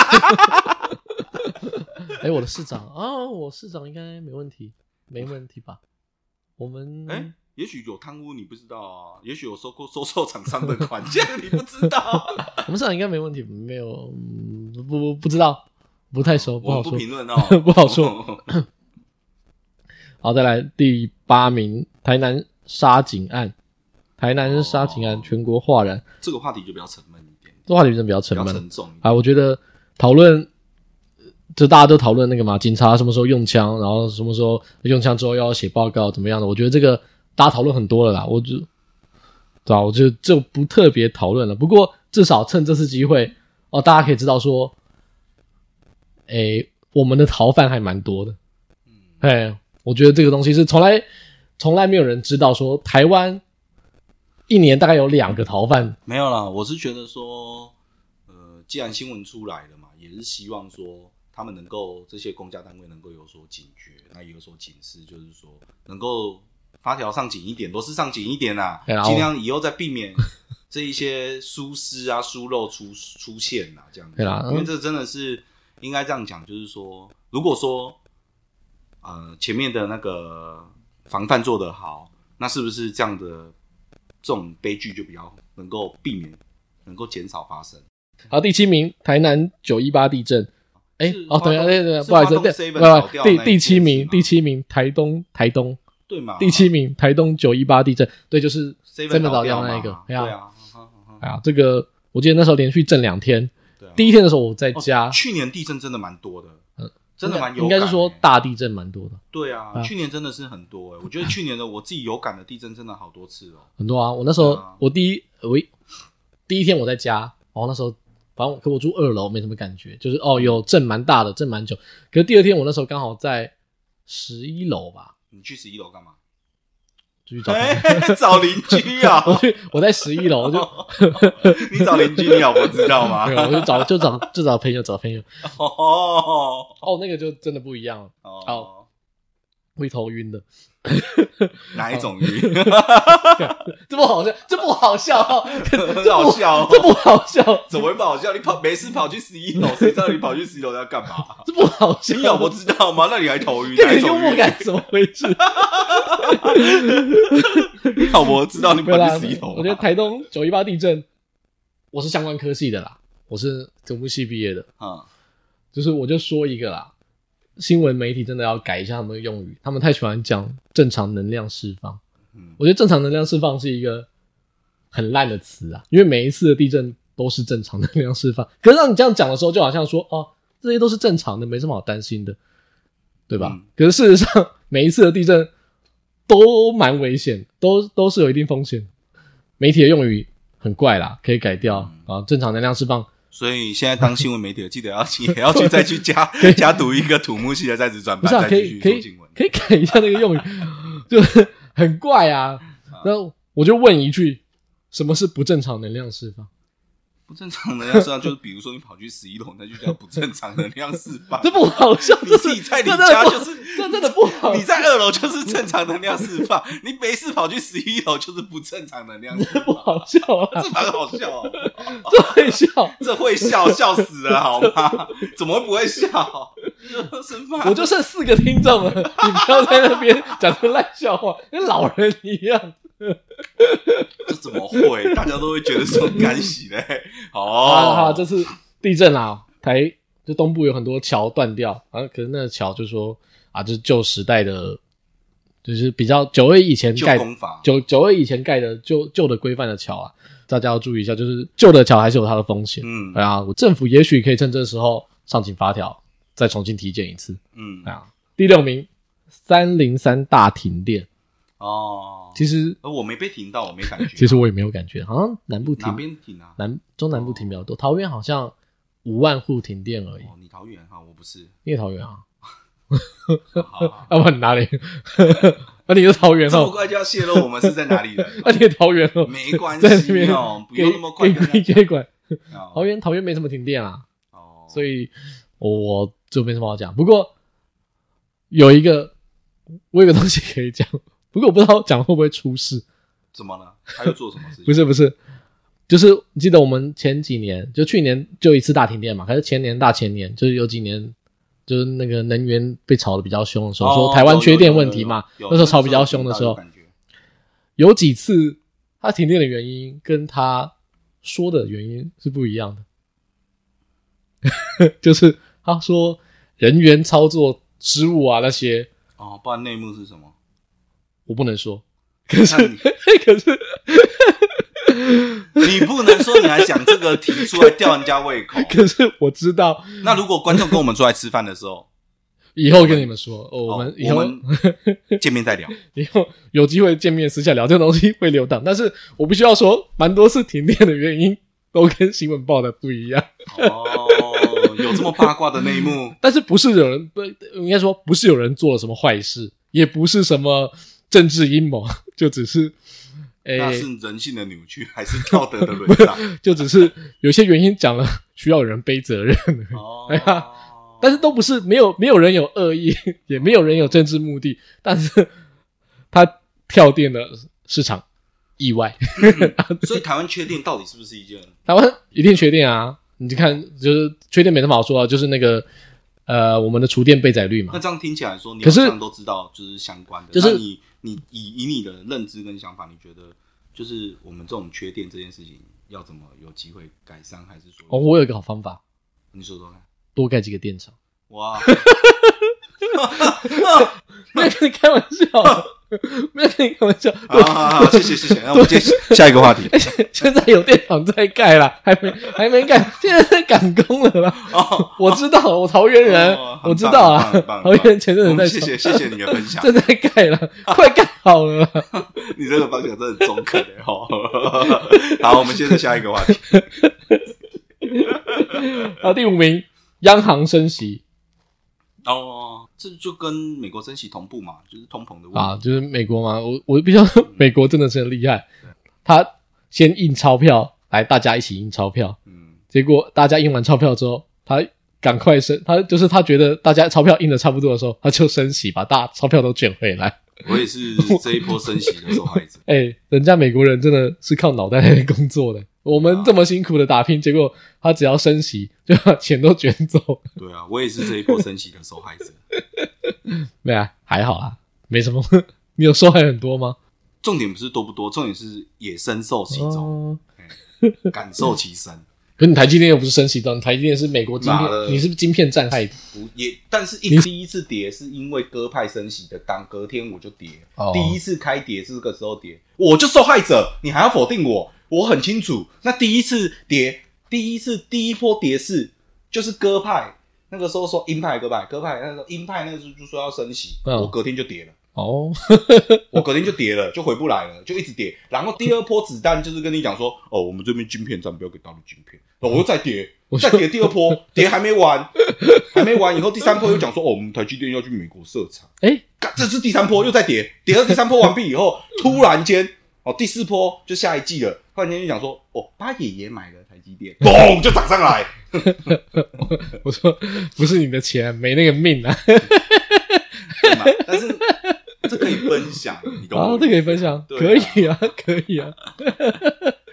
A: 哎，我的市长啊，我市长应该没问题，没问题吧？我们
B: 哎，也许有贪污你不知道啊，也许有收购收受厂商的款项你不知道，啊
A: 我们市长应该没问题，没有，嗯不不不知道，不太熟，不好
B: 我们 不
A: 说。，
B: 评论哦
A: 不好说。好，再来第八名，台南杀警案，台南杀警案
B: 哦
A: 全国哗然，
B: 这个话题就比较沉闷一点，
A: 这话题真的比较
B: 比
A: 沉
B: 较
A: 闷。
B: 沉重一点。
A: 啊，我觉得讨论，就大家都讨论那个嘛，警察什么时候用枪，然后什么时候用枪之后要写报告怎么样的，我觉得这个大家讨论很多了啦，我就，对啊，我就就不特别讨论了。不过至少趁这次机会哦，大家可以知道说，诶，我们的逃犯还蛮多的，哎，我觉得这个东西是从来从来没有人知道说台湾。一年大概有两个逃犯，
B: 没有啦，我是觉得说，呃，既然新闻出来了嘛，也是希望说他们能够这些公家单位能够有所警觉，那也有所警示，就是说能够发条上紧一点，螺丝上紧一点啦、
A: 对啦
B: 尽量以后再避免这一些疏失啊、疏漏出出现啦、这样子。
A: 对啦嗯
B: 因为这真的是应该这样讲，就是说，如果说呃前面的那个防范做得好，那是不是这样的这种悲剧就比较能够避免，能够减少发生？
A: 好，第七名，台南九一八地震。哎
B: 是，
A: 哦，
B: 花
A: 等一下，
B: 东
A: 等一下等一下，
B: 是
A: 不好意思，对
B: 花东 7-Eleven
A: 不好
B: 倒
A: 意思
B: 掉
A: 第
B: 那一
A: 第
B: 件
A: 七
B: 事
A: 名，
B: 吗
A: 第七名，台东，台东，
B: 对嘛？
A: 第七名，台东九一八地震，对，就是
B: seven
A: 倒
B: 倒掉
A: 那
B: 嘛
A: 一个，哎
B: 对
A: 呀，
B: 啊，嗯嗯嗯
A: 哎呀，这个我记得那时候连续震两天，
B: 对啊
A: 第一天的时候我在
B: 哦
A: 家，
B: 去年地震真的蛮多的，
A: 嗯
B: 真的蛮有
A: 应
B: 感
A: 该
B: 欸，
A: 是说大地震蛮多的，
B: 对啊
A: 啊，
B: 去年真的是很多哎，我觉得去年的我自己有感的地震真的好多次哦，
A: 很多啊。我那时候
B: 对啊
A: 我第一我一第一天我在家，然后那时候反正我可我住二楼，没什么感觉，就是哦有震蛮大的，震蛮久。可是第二天我那时候刚好在十一楼吧，
B: 你去十一楼干嘛？
A: 就去找朋友。
B: 哎，找邻居啊！
A: 我去，我在十一楼，我就
B: 你找邻居，你老婆知道吗
A: 没？有，我就找就找就找朋友找朋友。
B: 哦
A: 哦，那个就真的不一样了。
B: 哦
A: 好会头晕的，
B: 哪一种鱼？
A: 这不好笑，这不好笑哦，
B: 很好笑哦
A: 这不好笑，
B: 怎么会不好笑？你跑没事跑去十一楼，谁知道你跑去十一楼要干嘛？
A: 这不好笑，
B: 你老婆知道吗？那你 还头晕？
A: 这
B: 哪
A: 个
B: 一
A: 幽
B: 种
A: 默
B: 鱼？
A: 感怎么回事？
B: 你老婆知道你
A: 没有
B: 跑
A: 啦
B: 去十一，楼吗？啊
A: 我觉得台东九一八地震，我是相关科系的啦，我是土木系毕业的，
B: 嗯，
A: 就是我就说一个啦，新闻媒体真的要改一下他们的用语，他们太喜欢讲正常能量释放
B: 嗯。
A: 我觉得正常能量释放是一个很烂的词啊，因为每一次的地震都是正常能量释放。可是让你这样讲的时候，就好像说哦，这些都是正常的，没什么好担心的，对吧？
B: 嗯
A: 可是事实上，每一次的地震都蛮危险，都都是有一定风险。媒体的用语很怪啦，可以改掉
B: 嗯
A: 啊。正常能量释放
B: 所以现在当新闻媒体的，记得要去也要去再去 加加读一个土木系的在职专
A: 不
B: 班，
A: 是啊，
B: 再
A: 可
B: 继
A: 以
B: 续
A: 可
B: 做
A: 以
B: 新闻。
A: 可以改一下那个用语， 就是很怪 啊。然后我就问一句，什么是不正常能量释放？
B: 不正常能量释放就是，比如说你跑去十一楼，那就叫不正常能量释放。
A: 这不好笑，
B: 你
A: 这
B: 自
A: 是
B: 己在你
A: 这真的
B: 家
A: 不
B: 就是
A: 这真的不好
B: 你在二楼就是正常能量释放，你没事跑去十一楼就是不正常能量释
A: 不
B: 放，
A: 好笑啊，
B: 这蛮好笑哦、
A: 这会笑。
B: 这会笑笑死了好吗？怎么会不会笑？生怕
A: 我就剩四个听众了，你不要在那边讲出烂笑话，跟老人一样。
B: 这怎么会？大家都会觉得说干洗嘞。
A: 啊，
B: 哦，
A: 好，这次地震啊，台就东部有很多桥断掉，啊，可是那个桥就说啊，就是旧时代的，就是比较九二以前
B: 旧
A: 盖
B: 功法，
A: 九九二以前盖的旧旧的规范的桥啊，大家要注意一下，就是旧的桥还是有它的风险。
B: 嗯
A: 对啊，我政府也许可以趁这时候上紧发条，再重新体检一次。
B: 嗯
A: 对啊，第六名，三零三大停电，
B: 哦，
A: 其实
B: 呃我没被停到，我没感觉。
A: 其实我也没有感觉，好像南部
B: 哪
A: 停
B: 边停啊？
A: 南中南部停比较多，桃园好像五万户停电而已。
B: 哦，你桃园哈，我不 是。
A: 你也桃园啊？
B: 好好，好
A: 要不然你哪里？ 那你是桃园
B: 这么
A: 哦？
B: 快就要泄露我们是在哪里人 了？
A: 那你也桃园哦？
B: 没关
A: 在那
B: 系
A: 边
B: 哦，不
A: 给
B: 用那么快
A: 给
B: 跟他
A: 鬼给鬼。
B: 讲哦
A: 桃园桃园没什么停电啊，
B: 哦，
A: 所以我就没什么好讲。不过有一个，我有个东西可以讲，不过我不知道讲会不会出事。
B: 怎么了？他又做什么事情？
A: 不是不是，就是你记得我们前几年，就去年就一次大停电嘛，还是前年大前年，就是有几年。就是那个能源被炒的比较凶的时候，
B: 哦
A: 说台湾缺电问题嘛，
B: 有有有有有
A: 那时候炒比较凶的时
B: 有
A: 候，
B: 感觉
A: 有几次他停电的原因跟他说的原因是不一样的， 就是他说人员操作失误啊那些，
B: 哦，不然内幕是什么？
A: 我不能说。
B: 可是你
A: 可是
B: 你不能说你还讲这个提出来吊人家胃口。
A: 可是我知道，
B: 那如果观众跟我们坐在吃饭的时候，
A: 以后跟你们说，哦、 我们
B: 哦
A: 以后、
B: 我们见面再 聊。
A: 以后有机会见面私下聊这个东西会留档，但是我必须要说，蛮多次停电的原因都跟新闻报的不一样，
B: 哦，有这么八卦的内 幕，
A: 但是不是有人不应该说不是有人做了什么坏事，也不是什么政治阴谋， 就只是诶、
B: 那是人性的扭曲还是道德的沦丧？
A: 就只是有些原因讲了需要有人背责任，
B: 哦
A: 哎呀但是都不是没有没有人有恶意， 也没有人有政治目的，但是他跳电的市场意外。
B: 所以台湾缺电到底是不是一件？
A: 台湾一定缺电啊！你就看，就是缺电没什么好说啊，就是那个呃，我们的厨电备载率
B: 那
A: 嘛。
B: 这样听起来说，你
A: 可
B: 好
A: 是
B: 像都知道，就是相关的。
A: 就是
B: 那你你以以你的认知跟想法，你觉得就是我们这种缺电这件事情要怎么有机会改善，还是说？
A: 哦，我有一个好方法，
B: 你说说看。
A: 多盖几个电厂。
B: 哇，
A: 没有跟你开玩 笑，没有跟你开玩笑。
B: 好好好，谢谢谢谢，那我们 接下一个话题。
A: 而且现在有电厂在盖啦，还没还没盖，现在在赶工了啦。
B: 哦，
A: 我知道，我桃园人，
B: 哦
A: 我知道啊
B: 很棒很棒很，
A: 桃
B: 棒
A: 园前阵
B: 我
A: 子在
B: 们谢谢谢谢你的分享，
A: 正在盖 了，快盖好了啦。
B: 你这个方向真的很中肯欸哦。好，我们接着下一个话题。
A: 然啊后第五名，央行升息
B: 哦，这就跟美国升息同步嘛，就是通膨的问题。
A: 啊，就是美国嘛，我我必须要说，美国真的是很厉害，他先印钞票来，大家一起印钞票，
B: 嗯，
A: 结果大家印完钞票之后，他赶快升，他就是他觉得大家钞票印的差不多的时候，他就升息，把大钞票都卷回来。 。
B: 我也是这一波升息的受害者
A: 哎、人家美国人真的是靠脑袋来工作的，我们这么辛苦的打拼，结果他只要升息就把钱都卷走。
B: 对啊，我也是这一波升息的受害者。
A: 对啊，还好啦，没什么。 你有受害很多吗？
B: 重点不是多不多，重点是也深受其中，
A: 哦，
B: 感受其深。
A: 可你台积电又不是升息的，你台积电是美国晶
B: 妈
A: 片，
B: 的
A: 你是不是晶片战害的？
B: 不也，但是一第一次跌是因为鸽派升息的当，隔天我就跌。
A: 哦
B: 第一次开跌是这个时候跌，我就受害者，你还要否定我？我很清楚，那第一次跌，第一次第一波跌是就是鸽派那个时候说鹰派鸽派鸽派，那时候鹰派那个时候就说要升息，
A: 嗯
B: 我隔天就跌了。
A: 哦，
B: 我隔天就跌了，就回不来了，就一直跌。然后第二波子弹就是跟你讲说，哦，我们这边晶片站不要给大陆晶片，然后我又再跌，再跌第二波，跌还没完，还没完。以后第三波又讲说，哦，我们台积电要去美国设厂，
A: 哎、
B: 干这是第三波又再跌，跌到第三波完毕以后，突然间，哦，第四波就下一季了，突然间就讲说，哦，八爷爷买了台积电，嘣就涨上来，
A: 我说 不是你的钱，没那个命啊。
B: 对吗但是这可以分享，你懂
A: 啊
B: 吗？，
A: 这可以分享，
B: 对
A: 可
B: 啊
A: 以啊， 可以啊。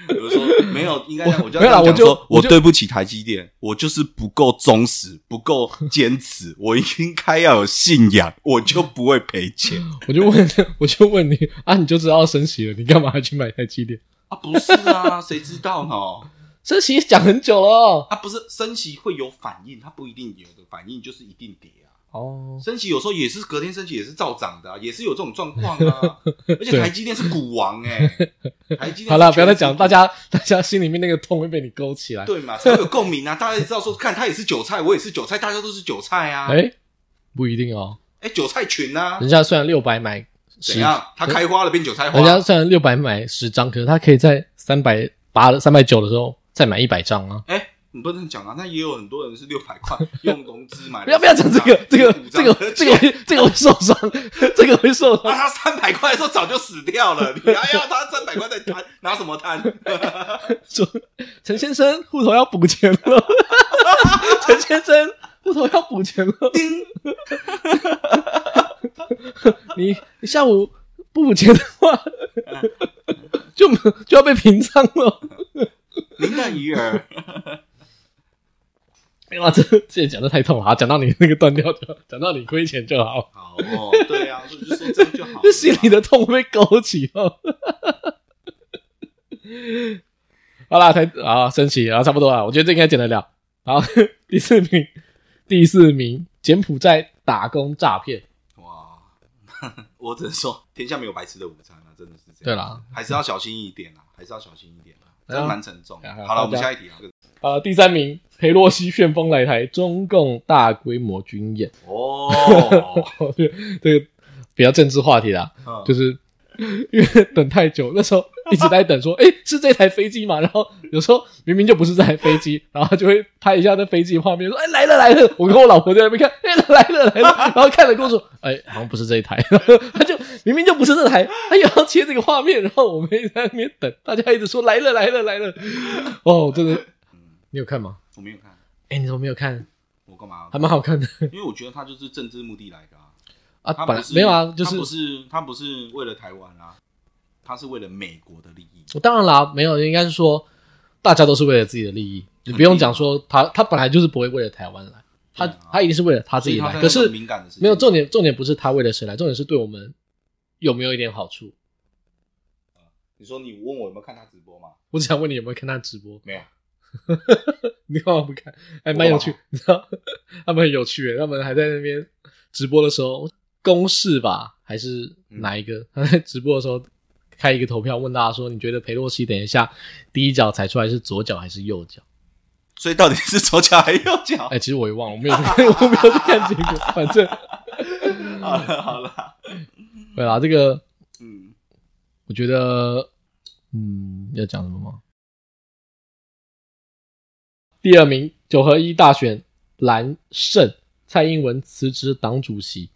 B: 比 如说没有，应该这样
A: 我
B: 我就要这样
A: 没有啦我
B: 讲说
A: 就我
B: 我
A: 就
B: 对不起台积电，我就是不够忠实，不够坚持，我应该要有信仰，我就不会赔钱
A: 我就问，我就问你啊，你就知道升息了，你干嘛还去买台积电？
B: 啊！不是啊，谁知道呢？
A: 升息讲很久了哦
B: 啊，不是升息会有反应，它不一定有的反应就是一定跌啊。
A: 哦，
B: 升息有时候也是隔天升息也是照涨的、啊，也是有这种状 况啊。而且台积电是股王哎、台积电
A: 好了，
B: 是
A: 不要
B: 全
A: 再
B: 世界
A: 讲，大家大家心里面那个痛会被你勾起来。
B: 对嘛，才会有共鸣啊！大家也知道说，看他也是韭菜，我也是韭菜，大家都是韭菜啊！
A: 哎，不一定哦，
B: 哎、韭菜群啊！
A: 人家虽然六百买
B: 怎
A: 十，
B: 样？它开花了变韭菜花？
A: 人家虽然六百买十张，可是他可以在三百八、三百九的时候再买一百张啊。
B: 哎、你不能讲啊，那也有很多人是六百 块用融资买
A: 不
B: 的
A: 要
B: 四张。
A: 不要讲这个，这个
B: 五
A: 这
B: 张
A: 个这个会这个会受伤，这个会受伤
B: 那。啊他三百块的时候早就死掉了，你还要他三百块再摊，拿什么摊？
A: 说陈先生户头要补钱了， 陈先生户头要补钱了，
B: 叮，
A: 你你下午不补钱的话，就就要被平仓了。
B: 林黛鱼儿，
A: 哎呀，这这讲的太痛了啊！讲到你那个断掉就好，讲到你亏钱就好，
B: 好哦，对啊，所以就说这样就好了嘛。
A: 这 心里的痛会被勾起哦。好啦，才啊升旗，然后差不多啊，我觉得这应该简单了。好，第四名，第四名，柬埔寨打工诈骗。
B: 哇， 我只能说天下没有白吃的午餐啊，真的是这样。
A: 对啦，
B: 还是要小心一点啊，还是要小心一点啊，
A: 哎
B: 真
A: 呀
B: 的蛮沉重的
A: 哎呀。
B: 好了，我们
A: 大家
B: 下一题啊。
A: 呃，第三名，裴洛西旋风来台，中共大规模军演。
B: 哦，
A: 我觉得这个比较政治话题啦，
B: 嗯
A: 就是因为等太久，那时候一直在等说，诶，是这台飞机吗？然后有时候明明就不是这台飞机，然后就会拍一下那飞机画面，说，哎、来了来了，我跟我老婆在那边看，哎、来了来了，然后看了跟我说，哎、好像不是这一台， 然后他就明明就不是这台，他也要切这个画面，然后我们一直在那边等，大家一直说来了来了来了，哦，真的，你有看吗？
B: 我没有看，
A: 哎、你怎么没有看？
B: 我干嘛？
A: 还蛮好看的
B: 因为我觉得他就是政治目的来的啊。
A: 啊，
B: 他
A: 本
B: 不
A: 来
B: 是
A: 没有啊，就
B: 他
A: 是
B: 不是他不是为了台湾啊，他是为了美国的利益。
A: 我当然啦，没有，应该是说大家都是为了自己的利益，你不用讲说他他本来就是不会为了台湾来，他
B: 对啊
A: 他一定是为了他自己
B: 所以
A: 来。
B: 他在
A: 可
B: 那
A: 是
B: 种敏感的事情
A: 没有重点，重点不是他为了谁来，重点是对我们有没有一点好处。
B: 你说你问我有没有看他直播吗？
A: 我只想问你有没有看他直播？
B: 没有，
A: 你干嘛不看？还蛮有趣
B: 我干，
A: 你知道，他们很有趣耶，他们还在那边直播的时候，公示吧还是哪一个？他
B: 嗯
A: 在 直播的时候开一个投票，问大家说，你觉得裴洛西等一下第一脚踩出来是左脚还是右脚？
B: 所以到底是左脚还是右脚
A: 哎、？其实我也忘了，我没有去看， 我没有去看结果。反正
B: 好了好了，
A: 对啦，这个
B: 嗯，
A: 我觉得，嗯，要讲什么吗？第二名，九合一大选蓝胜，蔡英文辞职党主席，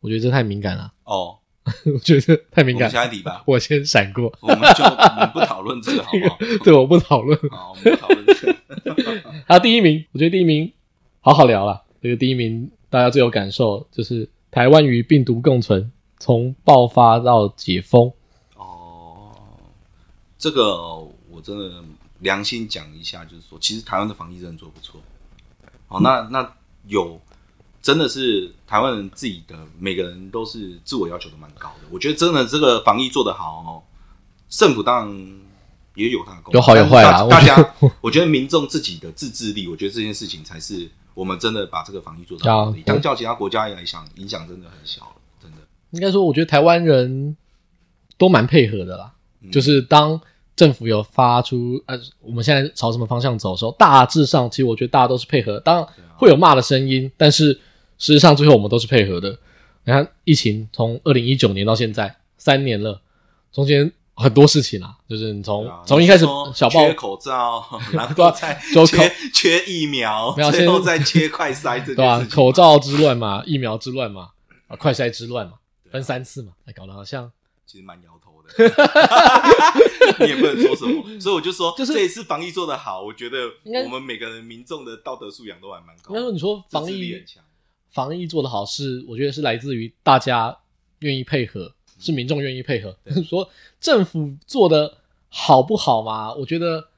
A: 我觉得这太敏感了，
B: 哦，
A: 我觉得太
B: 我
A: 敏
B: 们
A: 感，
B: 下一题吧，
A: 我先闪过，
B: 我们就我们不讨论 这个好不好？
A: 对，我不讨论。
B: 好，我们不讨论这个。
A: 啊，第一名，我觉得第一名好好聊啦。这个第一名大家最有感受就是台湾与病毒共存，从爆发到解封。
B: 哦，这个我真的良心讲一下，就是说，其实台湾的防疫真的做得不错。哦，那那有真的是台湾人自己的每个人都是自我要求都蛮高的。我觉得真的这个防疫做得好、哦，政府当然也有他的功，
A: 有好有坏啦
B: 但是大大家，我觉得民众自己的自制力，我觉得这件事情才是我们真的把这个防疫做到好的
A: 要。
B: 相较其他国家来讲，影响真的很小了，真的。
A: 应该说，我觉得台湾人都蛮配合的啦。
B: 嗯
A: 就是当政府有发出呃，我们现在朝什么方向走的时候，大致上其实我觉得大家都是配合的。当然会有骂的声音，但是事实上最后我们都是配合的。你看疫情从二零一九年到现在三年了，中间很多事情啊，就是你从
B: 对啊
A: 从一开始
B: 你说
A: 小报
B: 缺口罩，然
A: 对
B: 后
A: 啊
B: 再
A: 就
B: 缺缺疫 苗，
A: 没有
B: 最后
A: 先
B: 再缺快筛这
A: 对
B: 件
A: 吧、
B: 事情。
A: 口罩之乱嘛，疫苗之乱嘛，啊，快筛之乱嘛，
B: 啊
A: 分三次嘛，哎搞得好像
B: 其实蛮摇头的， 你也不能说什么。所以我就说，
A: 就是
B: 这一次防疫做得好，我觉得
A: 应该
B: 我们每个人民众的道德素养都还蛮高
A: 应该
B: 的。
A: 说你说
B: 自
A: 防
B: 制力
A: 疫
B: 很强，
A: 防疫做得好是，我觉得是来自于大家愿意配合，是民众愿意配合。 说政府做的好不好嘛？我觉得，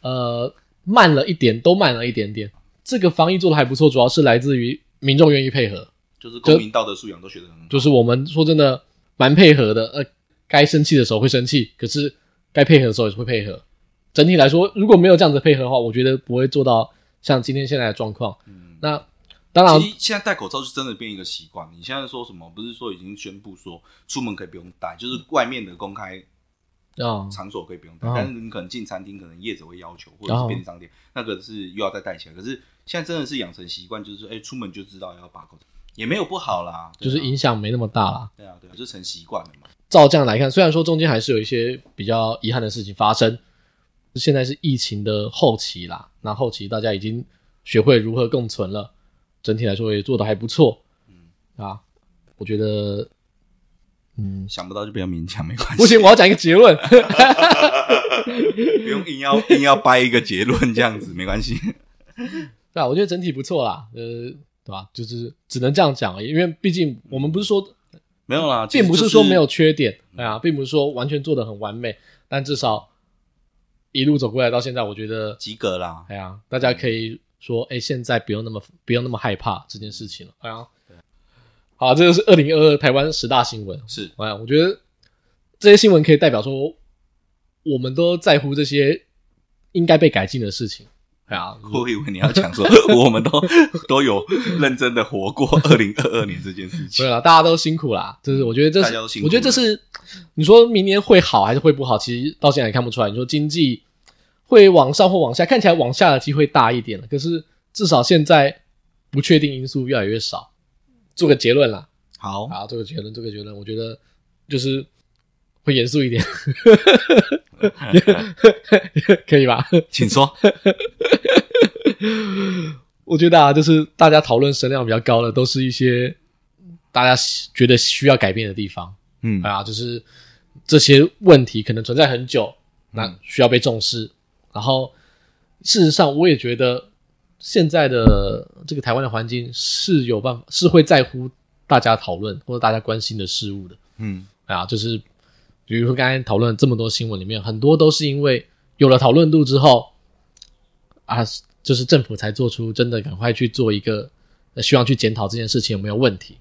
A: 呃，慢了一点，都慢了一点点。这个防疫做的还不错，主要是来自于民众愿意配合，
B: 就是公民道德素养都学得很好。
A: 就是我们说真的蛮配合的。呃，该生气的时候会生气，可是该配合的时候也是会配合。整体来说，如果没有这样子配合的话，我觉得不会做到像今天现在的状况。
B: 嗯
A: 那当然
B: 其，实现在戴口罩是真的变一个习惯。你现在说什么？不是说已经宣布说出门可以不用戴，就是外面的公开
A: 啊、
B: 场所可以不用戴，
A: 哦
B: 但是你可能进餐厅，可能业者会要求，或者
A: 哦
B: 是便利商店，那个是又要再戴起来。可是现在真的是养成习惯，就是说哎、出门就知道要把口罩，也没有不好啦，对
A: 就
B: 啊
A: 是影响没那么大啦。
B: 对啊对啊，就成习惯了嘛。
A: 照这样来看，虽然说中间还是有一些比较遗憾的事情发生，现在是疫情的后期啦，那后期大家已经学会如何共存了，整体来说也做得还不错，嗯啊，我觉得，嗯，
B: 想 不到就不要勉强，没关
A: 不
B: 系，
A: 行，我要讲一个结论，
B: 不用硬要硬要掰一个结论这样子，没关系。
A: 对啊，我觉得整体不错啦，呃，对吧？就是只能这样讲而已，因为毕竟我们不是说
B: 没有嗯啦，其实
A: 并不
B: 就是嗯
A: 说没有缺点，对啊，并不是说完全做得很完美，但至少一路走过来到现在，我觉得
B: 及格啦，
A: 哎呀，大家可以说，哎、现在不用那么不用那么害怕这件事情了。哎呀，好，这就是二零二二台湾十大新闻。
B: 是
A: 哎呀，我觉得这些新闻可以代表说，我们都在乎这些应该被改进的事情。哎呀，
B: 我以为你要 讲说，我们都都有认真的活过二零二二年这件事
A: 没
B: 情
A: 有。啦，大家都辛苦啦。就是我觉得这
B: 大家都
A: 是，
B: 辛苦
A: 我觉得这是你说明年会好还是会不好，其实到现在也看不出来。你说经济会往上或往下，看起来往下的机会大一点了，可是至少现在不确定因素越来越少。做个结论啦，
B: 好，
A: 好， 做个结论，做个结论，我觉得就是会严肃一点， 可以吧？
B: 请说。
A: 我觉得啊，就是大家讨论声量比较高的，都是一些大家觉得需要改变的地方。
B: 嗯
A: 啊，就是这些问题可能存在很久，那需要被重视。然后，事实上，我也觉得现在的这个台湾的环境是有办法，是会在乎大家讨论或者大家关心的事物的。
B: 嗯，
A: 啊，就是比如说刚才讨论这么多新闻里面，很多都是因为有了讨论度之后，啊，就是政府才做出真的赶快去做一个，呃希望去检讨这件事情有没有问题。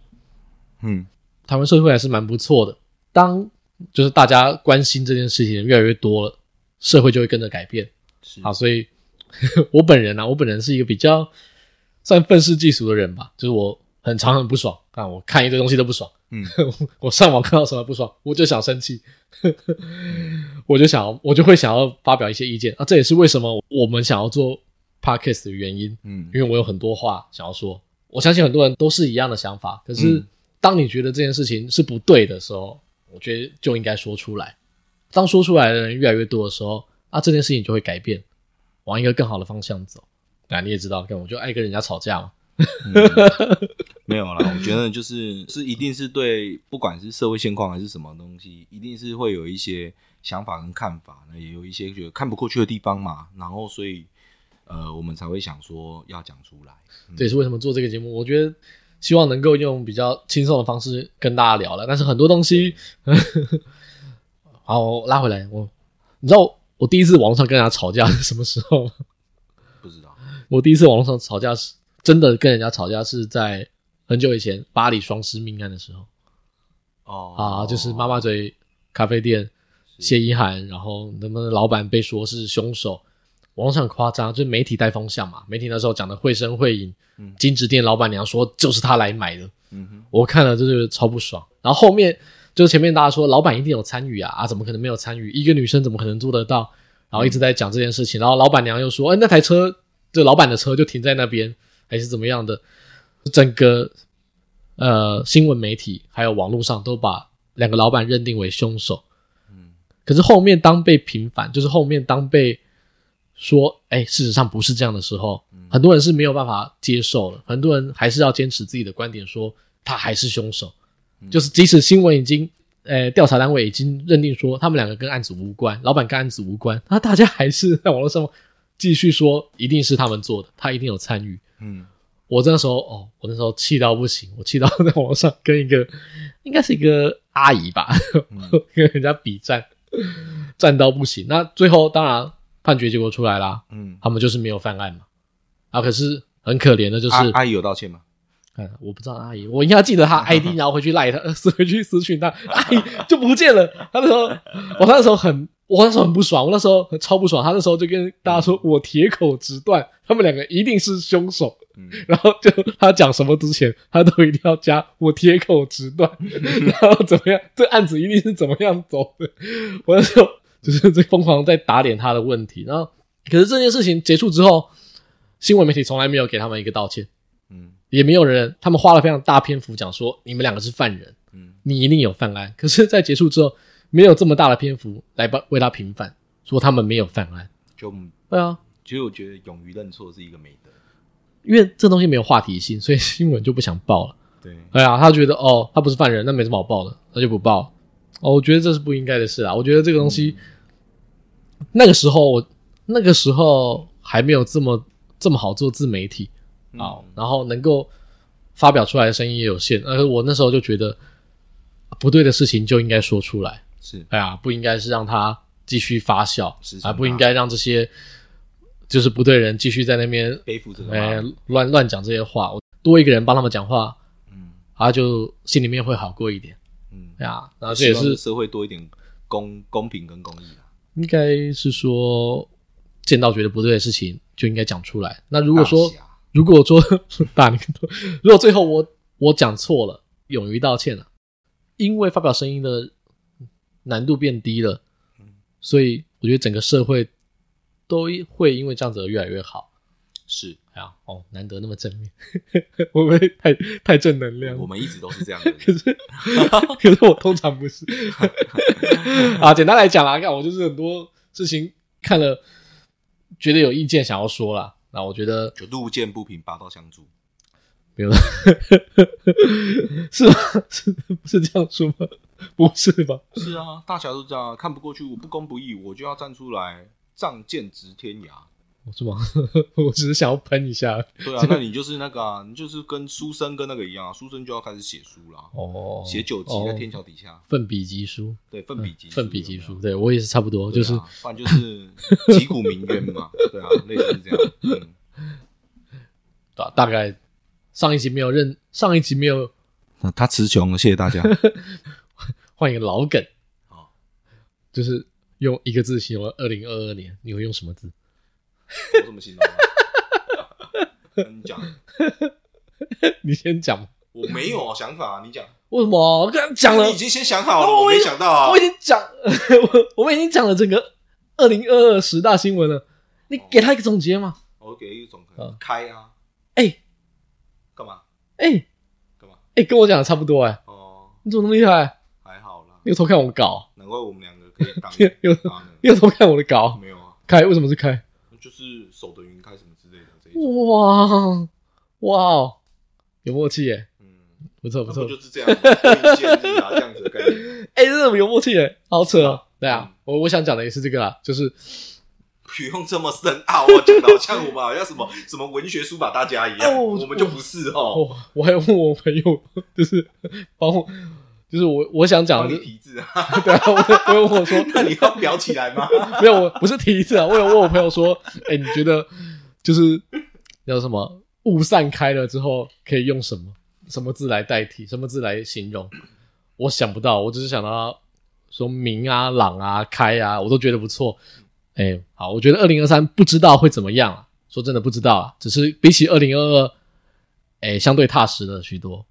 B: 嗯，
A: 台湾社会还是蛮不错的。当就是大家关心这件事情越来越多了，社会就会跟着改变。
B: 是
A: 好，所以 我本人啊，我本人是一个比较算愤世嫉俗的人吧，就是我很常很不爽啊，我看一堆东西都不爽，
B: 嗯
A: 我，我上网看到什么不爽，我就想生气， 我就想要我就会想要发表一些意见啊，这也是为什么我们想要做 podcast 的原因，
B: 嗯
A: 因为我有很多话想要说，我相信很多人都是一样的想法，可是
B: 嗯
A: 当你觉得这件事情是不对的时候，我觉得就应该说出来。当说出来的人越来越多的时候，啊，这件事情就会改变，往一个更好的方向走。啊，你也知道，干我就爱跟人家吵架嘛。
B: 没有啦，我觉得就是是一定是对，不管是社会现况还是什么东西，一定是会有一些想法跟看法，那也有一些觉得看不过去的地方嘛。然后所以呃，我们才会想说要讲出来。
A: 这也是为什么做这个节目。我觉得希望能够用比较轻松的方式跟大家聊了，但是很多东西， 好，我拉回来。我你知道我第一次网络上跟人家吵架是什么时候吗？
B: 不知道，
A: 我第一次网络上吵架是真的跟人家吵架是在很久以前巴黎双尸命案的时候
B: 哦
A: 啊，就是妈妈嘴咖啡店谢依涵，然后能不能老板被说是凶手，网络上很夸张，就是媒体带风向嘛，媒体那时候讲的绘声绘影
B: 嗯，
A: 金纸店老板娘说就是他来买的，
B: 嗯哼，
A: 我看了就是超不爽。然后后面就是前面大家说老板一定有参与啊，啊怎么可能没有参与？一个女生怎么可能做得到？然后一直在讲这件事情，然后老板娘又说，哎，那台车就老板的车就停在那边，还是怎么样的？整个呃新闻媒体还有网络上都把两个老板认定为凶手。
B: 嗯
A: 可是后面当被平反，就是后面当被说，哎，事实上不是这样的时候，很多人是没有办法接受了，很多人还是要坚持自己的观点说，他还是凶手，就是即使新闻已经。呃，调查单位已经认定说他们两个跟案子无关，老板跟案子无关，那大家还是在网络上继续说一定是他们做的，他一定有参与。
B: 嗯，
A: 我那时候哦，我那时候气到不行，我气到在网上跟一个应该是一个阿姨吧， 跟人家比战，战到不行。那最后当然判决结果出来啦，
B: 嗯，
A: 他们就是没有犯案嘛。啊，可是很可怜的就是，
B: 阿阿姨有道歉吗？
A: 嗯，我不知道阿姨，我应该记得她 ID，然后回去赖她，呃回去私讯她，阿姨就不见了。她那时候，我那时候很，我那时候很不爽，我那时候超不爽。她那时候就跟大家说，我铁口直断，他们两个一定是凶手。
B: 嗯
A: 然后就她讲什么之前，她都一定要加我铁口直断，然后怎么样，这案子一定是怎么样走的。我那时候就是在疯狂在打脸她的问题。然后，可是这件事情结束之后，新闻媒体从来没有给他们一个道歉。
B: 嗯
A: 也没有人，他们花了非常大篇幅讲说你们两个是犯人，
B: 嗯
A: 你一定有犯案。可是，在结束之后，没有这么大的篇幅来帮为他平反，说他们没有犯案。
B: 就
A: 对啊，
B: 其实我觉得勇于认错是一个美德。
A: 因为这东西没有话题性，所以新闻就不想报了。
B: 对，
A: 对啊，他觉得哦，他不是犯人，那没什么好报的，那就不报。哦，我觉得这是不应该的事啊。我觉得这个东西，那个时候我那个时候还没有这么这么好做自媒体，
B: 嗯
A: 啊，
B: 哦
A: 然后能够发表出来的声音也有限。而我那时候就觉得啊不对的事情就应该说出来，
B: 是
A: 哎呀，不应该是让它继续发酵
B: 是，是
A: 啊，不应该让这些就是不对的人继续在那边
B: 背负这个
A: 哎
B: 骂名。
A: 乱乱讲这些话。我多一个人帮他们讲话，
B: 嗯
A: 他就心里面会好过一点。
B: 嗯，
A: 哎呀，然后这也
B: 希望
A: 是
B: 社会多一点公公平跟公义啊。
A: 应该是说见到觉得不对的事情就应该讲出来。那如果说
B: 大侠
A: 如果说 大你多， 如果最后我我讲错了，勇于道歉了、因为发表声音的难度变低了，
B: 嗯
A: 所以我觉得整个社会都会因为这样子而越来越好。
B: 是
A: 哎呀，哦，难得那么正面， 会不会太太正能量？
B: 我们一直都是这样的 人。
A: 可是可是我通常不 是啊。简单来讲啦，看我就是很多事情看了觉得有意见想要说啦，那我觉得
B: 就路见不平，拔刀相助。
A: 没有 啦，是吗？是不是这样说吗？不是吧？
B: 是啊，大侠都这样啊，看不过去，我不公不义，我就要站出来，仗剑直天涯。
A: 哦是吗？ 我只是想要喷一下
B: 对啊，那你就是那个啊，你就是跟书生跟那个一样啊，书生就要开始写书啦，
A: 哦
B: 写九集在天桥底下，
A: 奋笔疾书，嗯
B: 对，奋笔疾
A: 奋笔疾书，
B: 有没
A: 对我也是差不多，
B: 有，
A: 就是
B: 对啊不然就是击鼓鸣冤嘛，对啊，类似这样。嗯，啊
A: 大大概上一集没有认，上一集没有
B: 那他词穷了，谢谢大家。
A: 换一个老梗
B: 哦
A: 就是用一个字形容二零二二年，你会用什么字？
B: 我怎么形容啊？啊 你讲，
A: 你先讲吧，
B: 我没有想法啊，你讲。
A: 为什么？我刚刚讲了
B: 你已，经先想好了，
A: 哦
B: 我
A: 我
B: 没
A: 已
B: 想到啊
A: 我已。经讲， 我我们已经讲了整个二零二二十大新闻了，你给他一个总结嘛？
B: 我给一种可能
A: 嗯
B: 开啊，
A: 哎、
B: 干嘛
A: 哎、
B: 干嘛？
A: 哎、跟我讲的差不多哎、
B: 哦，
A: 你怎么那么厉害？
B: 还好啦，
A: 你有偷看我稿？
B: 难怪我们两个可 以当
A: 有
B: 搭
A: 你有偷看我的稿？
B: 没有啊？
A: 开为什么是开？
B: 就是守得云开什么之类的这一种，
A: 哇哇哦，有默契耶，
B: 嗯，
A: 不错不
B: 那不
A: 错，
B: 就是这样吗，对见日啊这样子的概 念。
A: 哎哎、真的有默契耶，好扯哦。对啊
B: 嗯，
A: 我我想讲的也是这个啦，就是
B: 不用这么深奥哦，讲的好像我们好 像什么什么文学书法大家一样，
A: 哦我
B: 我们就不是哦。
A: 哦，我还问我朋友，就是帮我，就是我我想讲
B: 帮
A: 的
B: 你
A: 是，
B: 题字啊，
A: 对啊，我我有问我说，
B: 那你要裱起来吗？
A: 没有，我不是提一次啊，我有问我朋友说，哎、你觉得就是叫什么雾散开了之后，可以用什么什么字来代替，什么字来形容？我想不到，我只是想到说明啊、朗啊、开啊，我都觉得不错。哎、好，我觉得二零二三不知道会怎么样啊，说真的不知道啊，只是比起二零二二，哎，相对踏实了许多，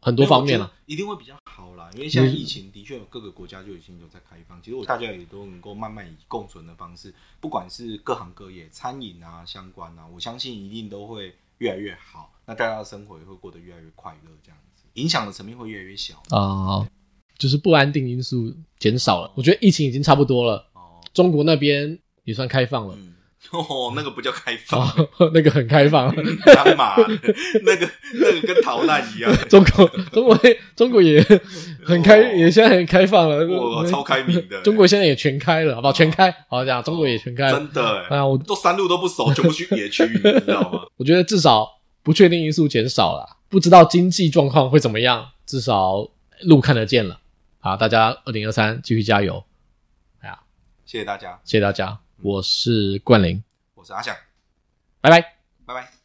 A: 很多方面
B: 了、
A: 啊。
B: 一定会比较好啦。因为现在
A: 嗯
B: 疫情的确有各个国家就已经有在开放，其实我大家也都能够慢慢以共存的方式，不管是各行各业、餐饮啊相关啊，我相信一定都会越来越好。那大家的生活也会过得越来越快乐，这样子影响的层面会越来越小。
A: 啊、就是不安定因素减少了。我觉得疫情已经差不多了，
B: 哦，
A: 中国那边也算开放了，
B: 嗯， 哦，那个不叫开放，
A: 啊， 那个很开放。
B: 干嘛？那个那个跟逃难一样。
A: 中国，中国，中国也很开，也现在很开放了。
B: 哦我哦超开明的，哦
A: 中国现在也全开了，好不好？全开，好讲，中国也全开了。
B: 真的
A: 哎
B: 哎，
A: 呀，我
B: 都山路都不熟，全部去野区，你知道吗？
A: 我觉得至少不确定因素减少了，不知道经济状况会怎么样，至少路看得见了。好，大家二零二三继续加油，
B: 谢谢大家，
A: 谢谢大家，我是冠霖，
B: 我是阿翔，
A: 拜拜。
B: 拜拜。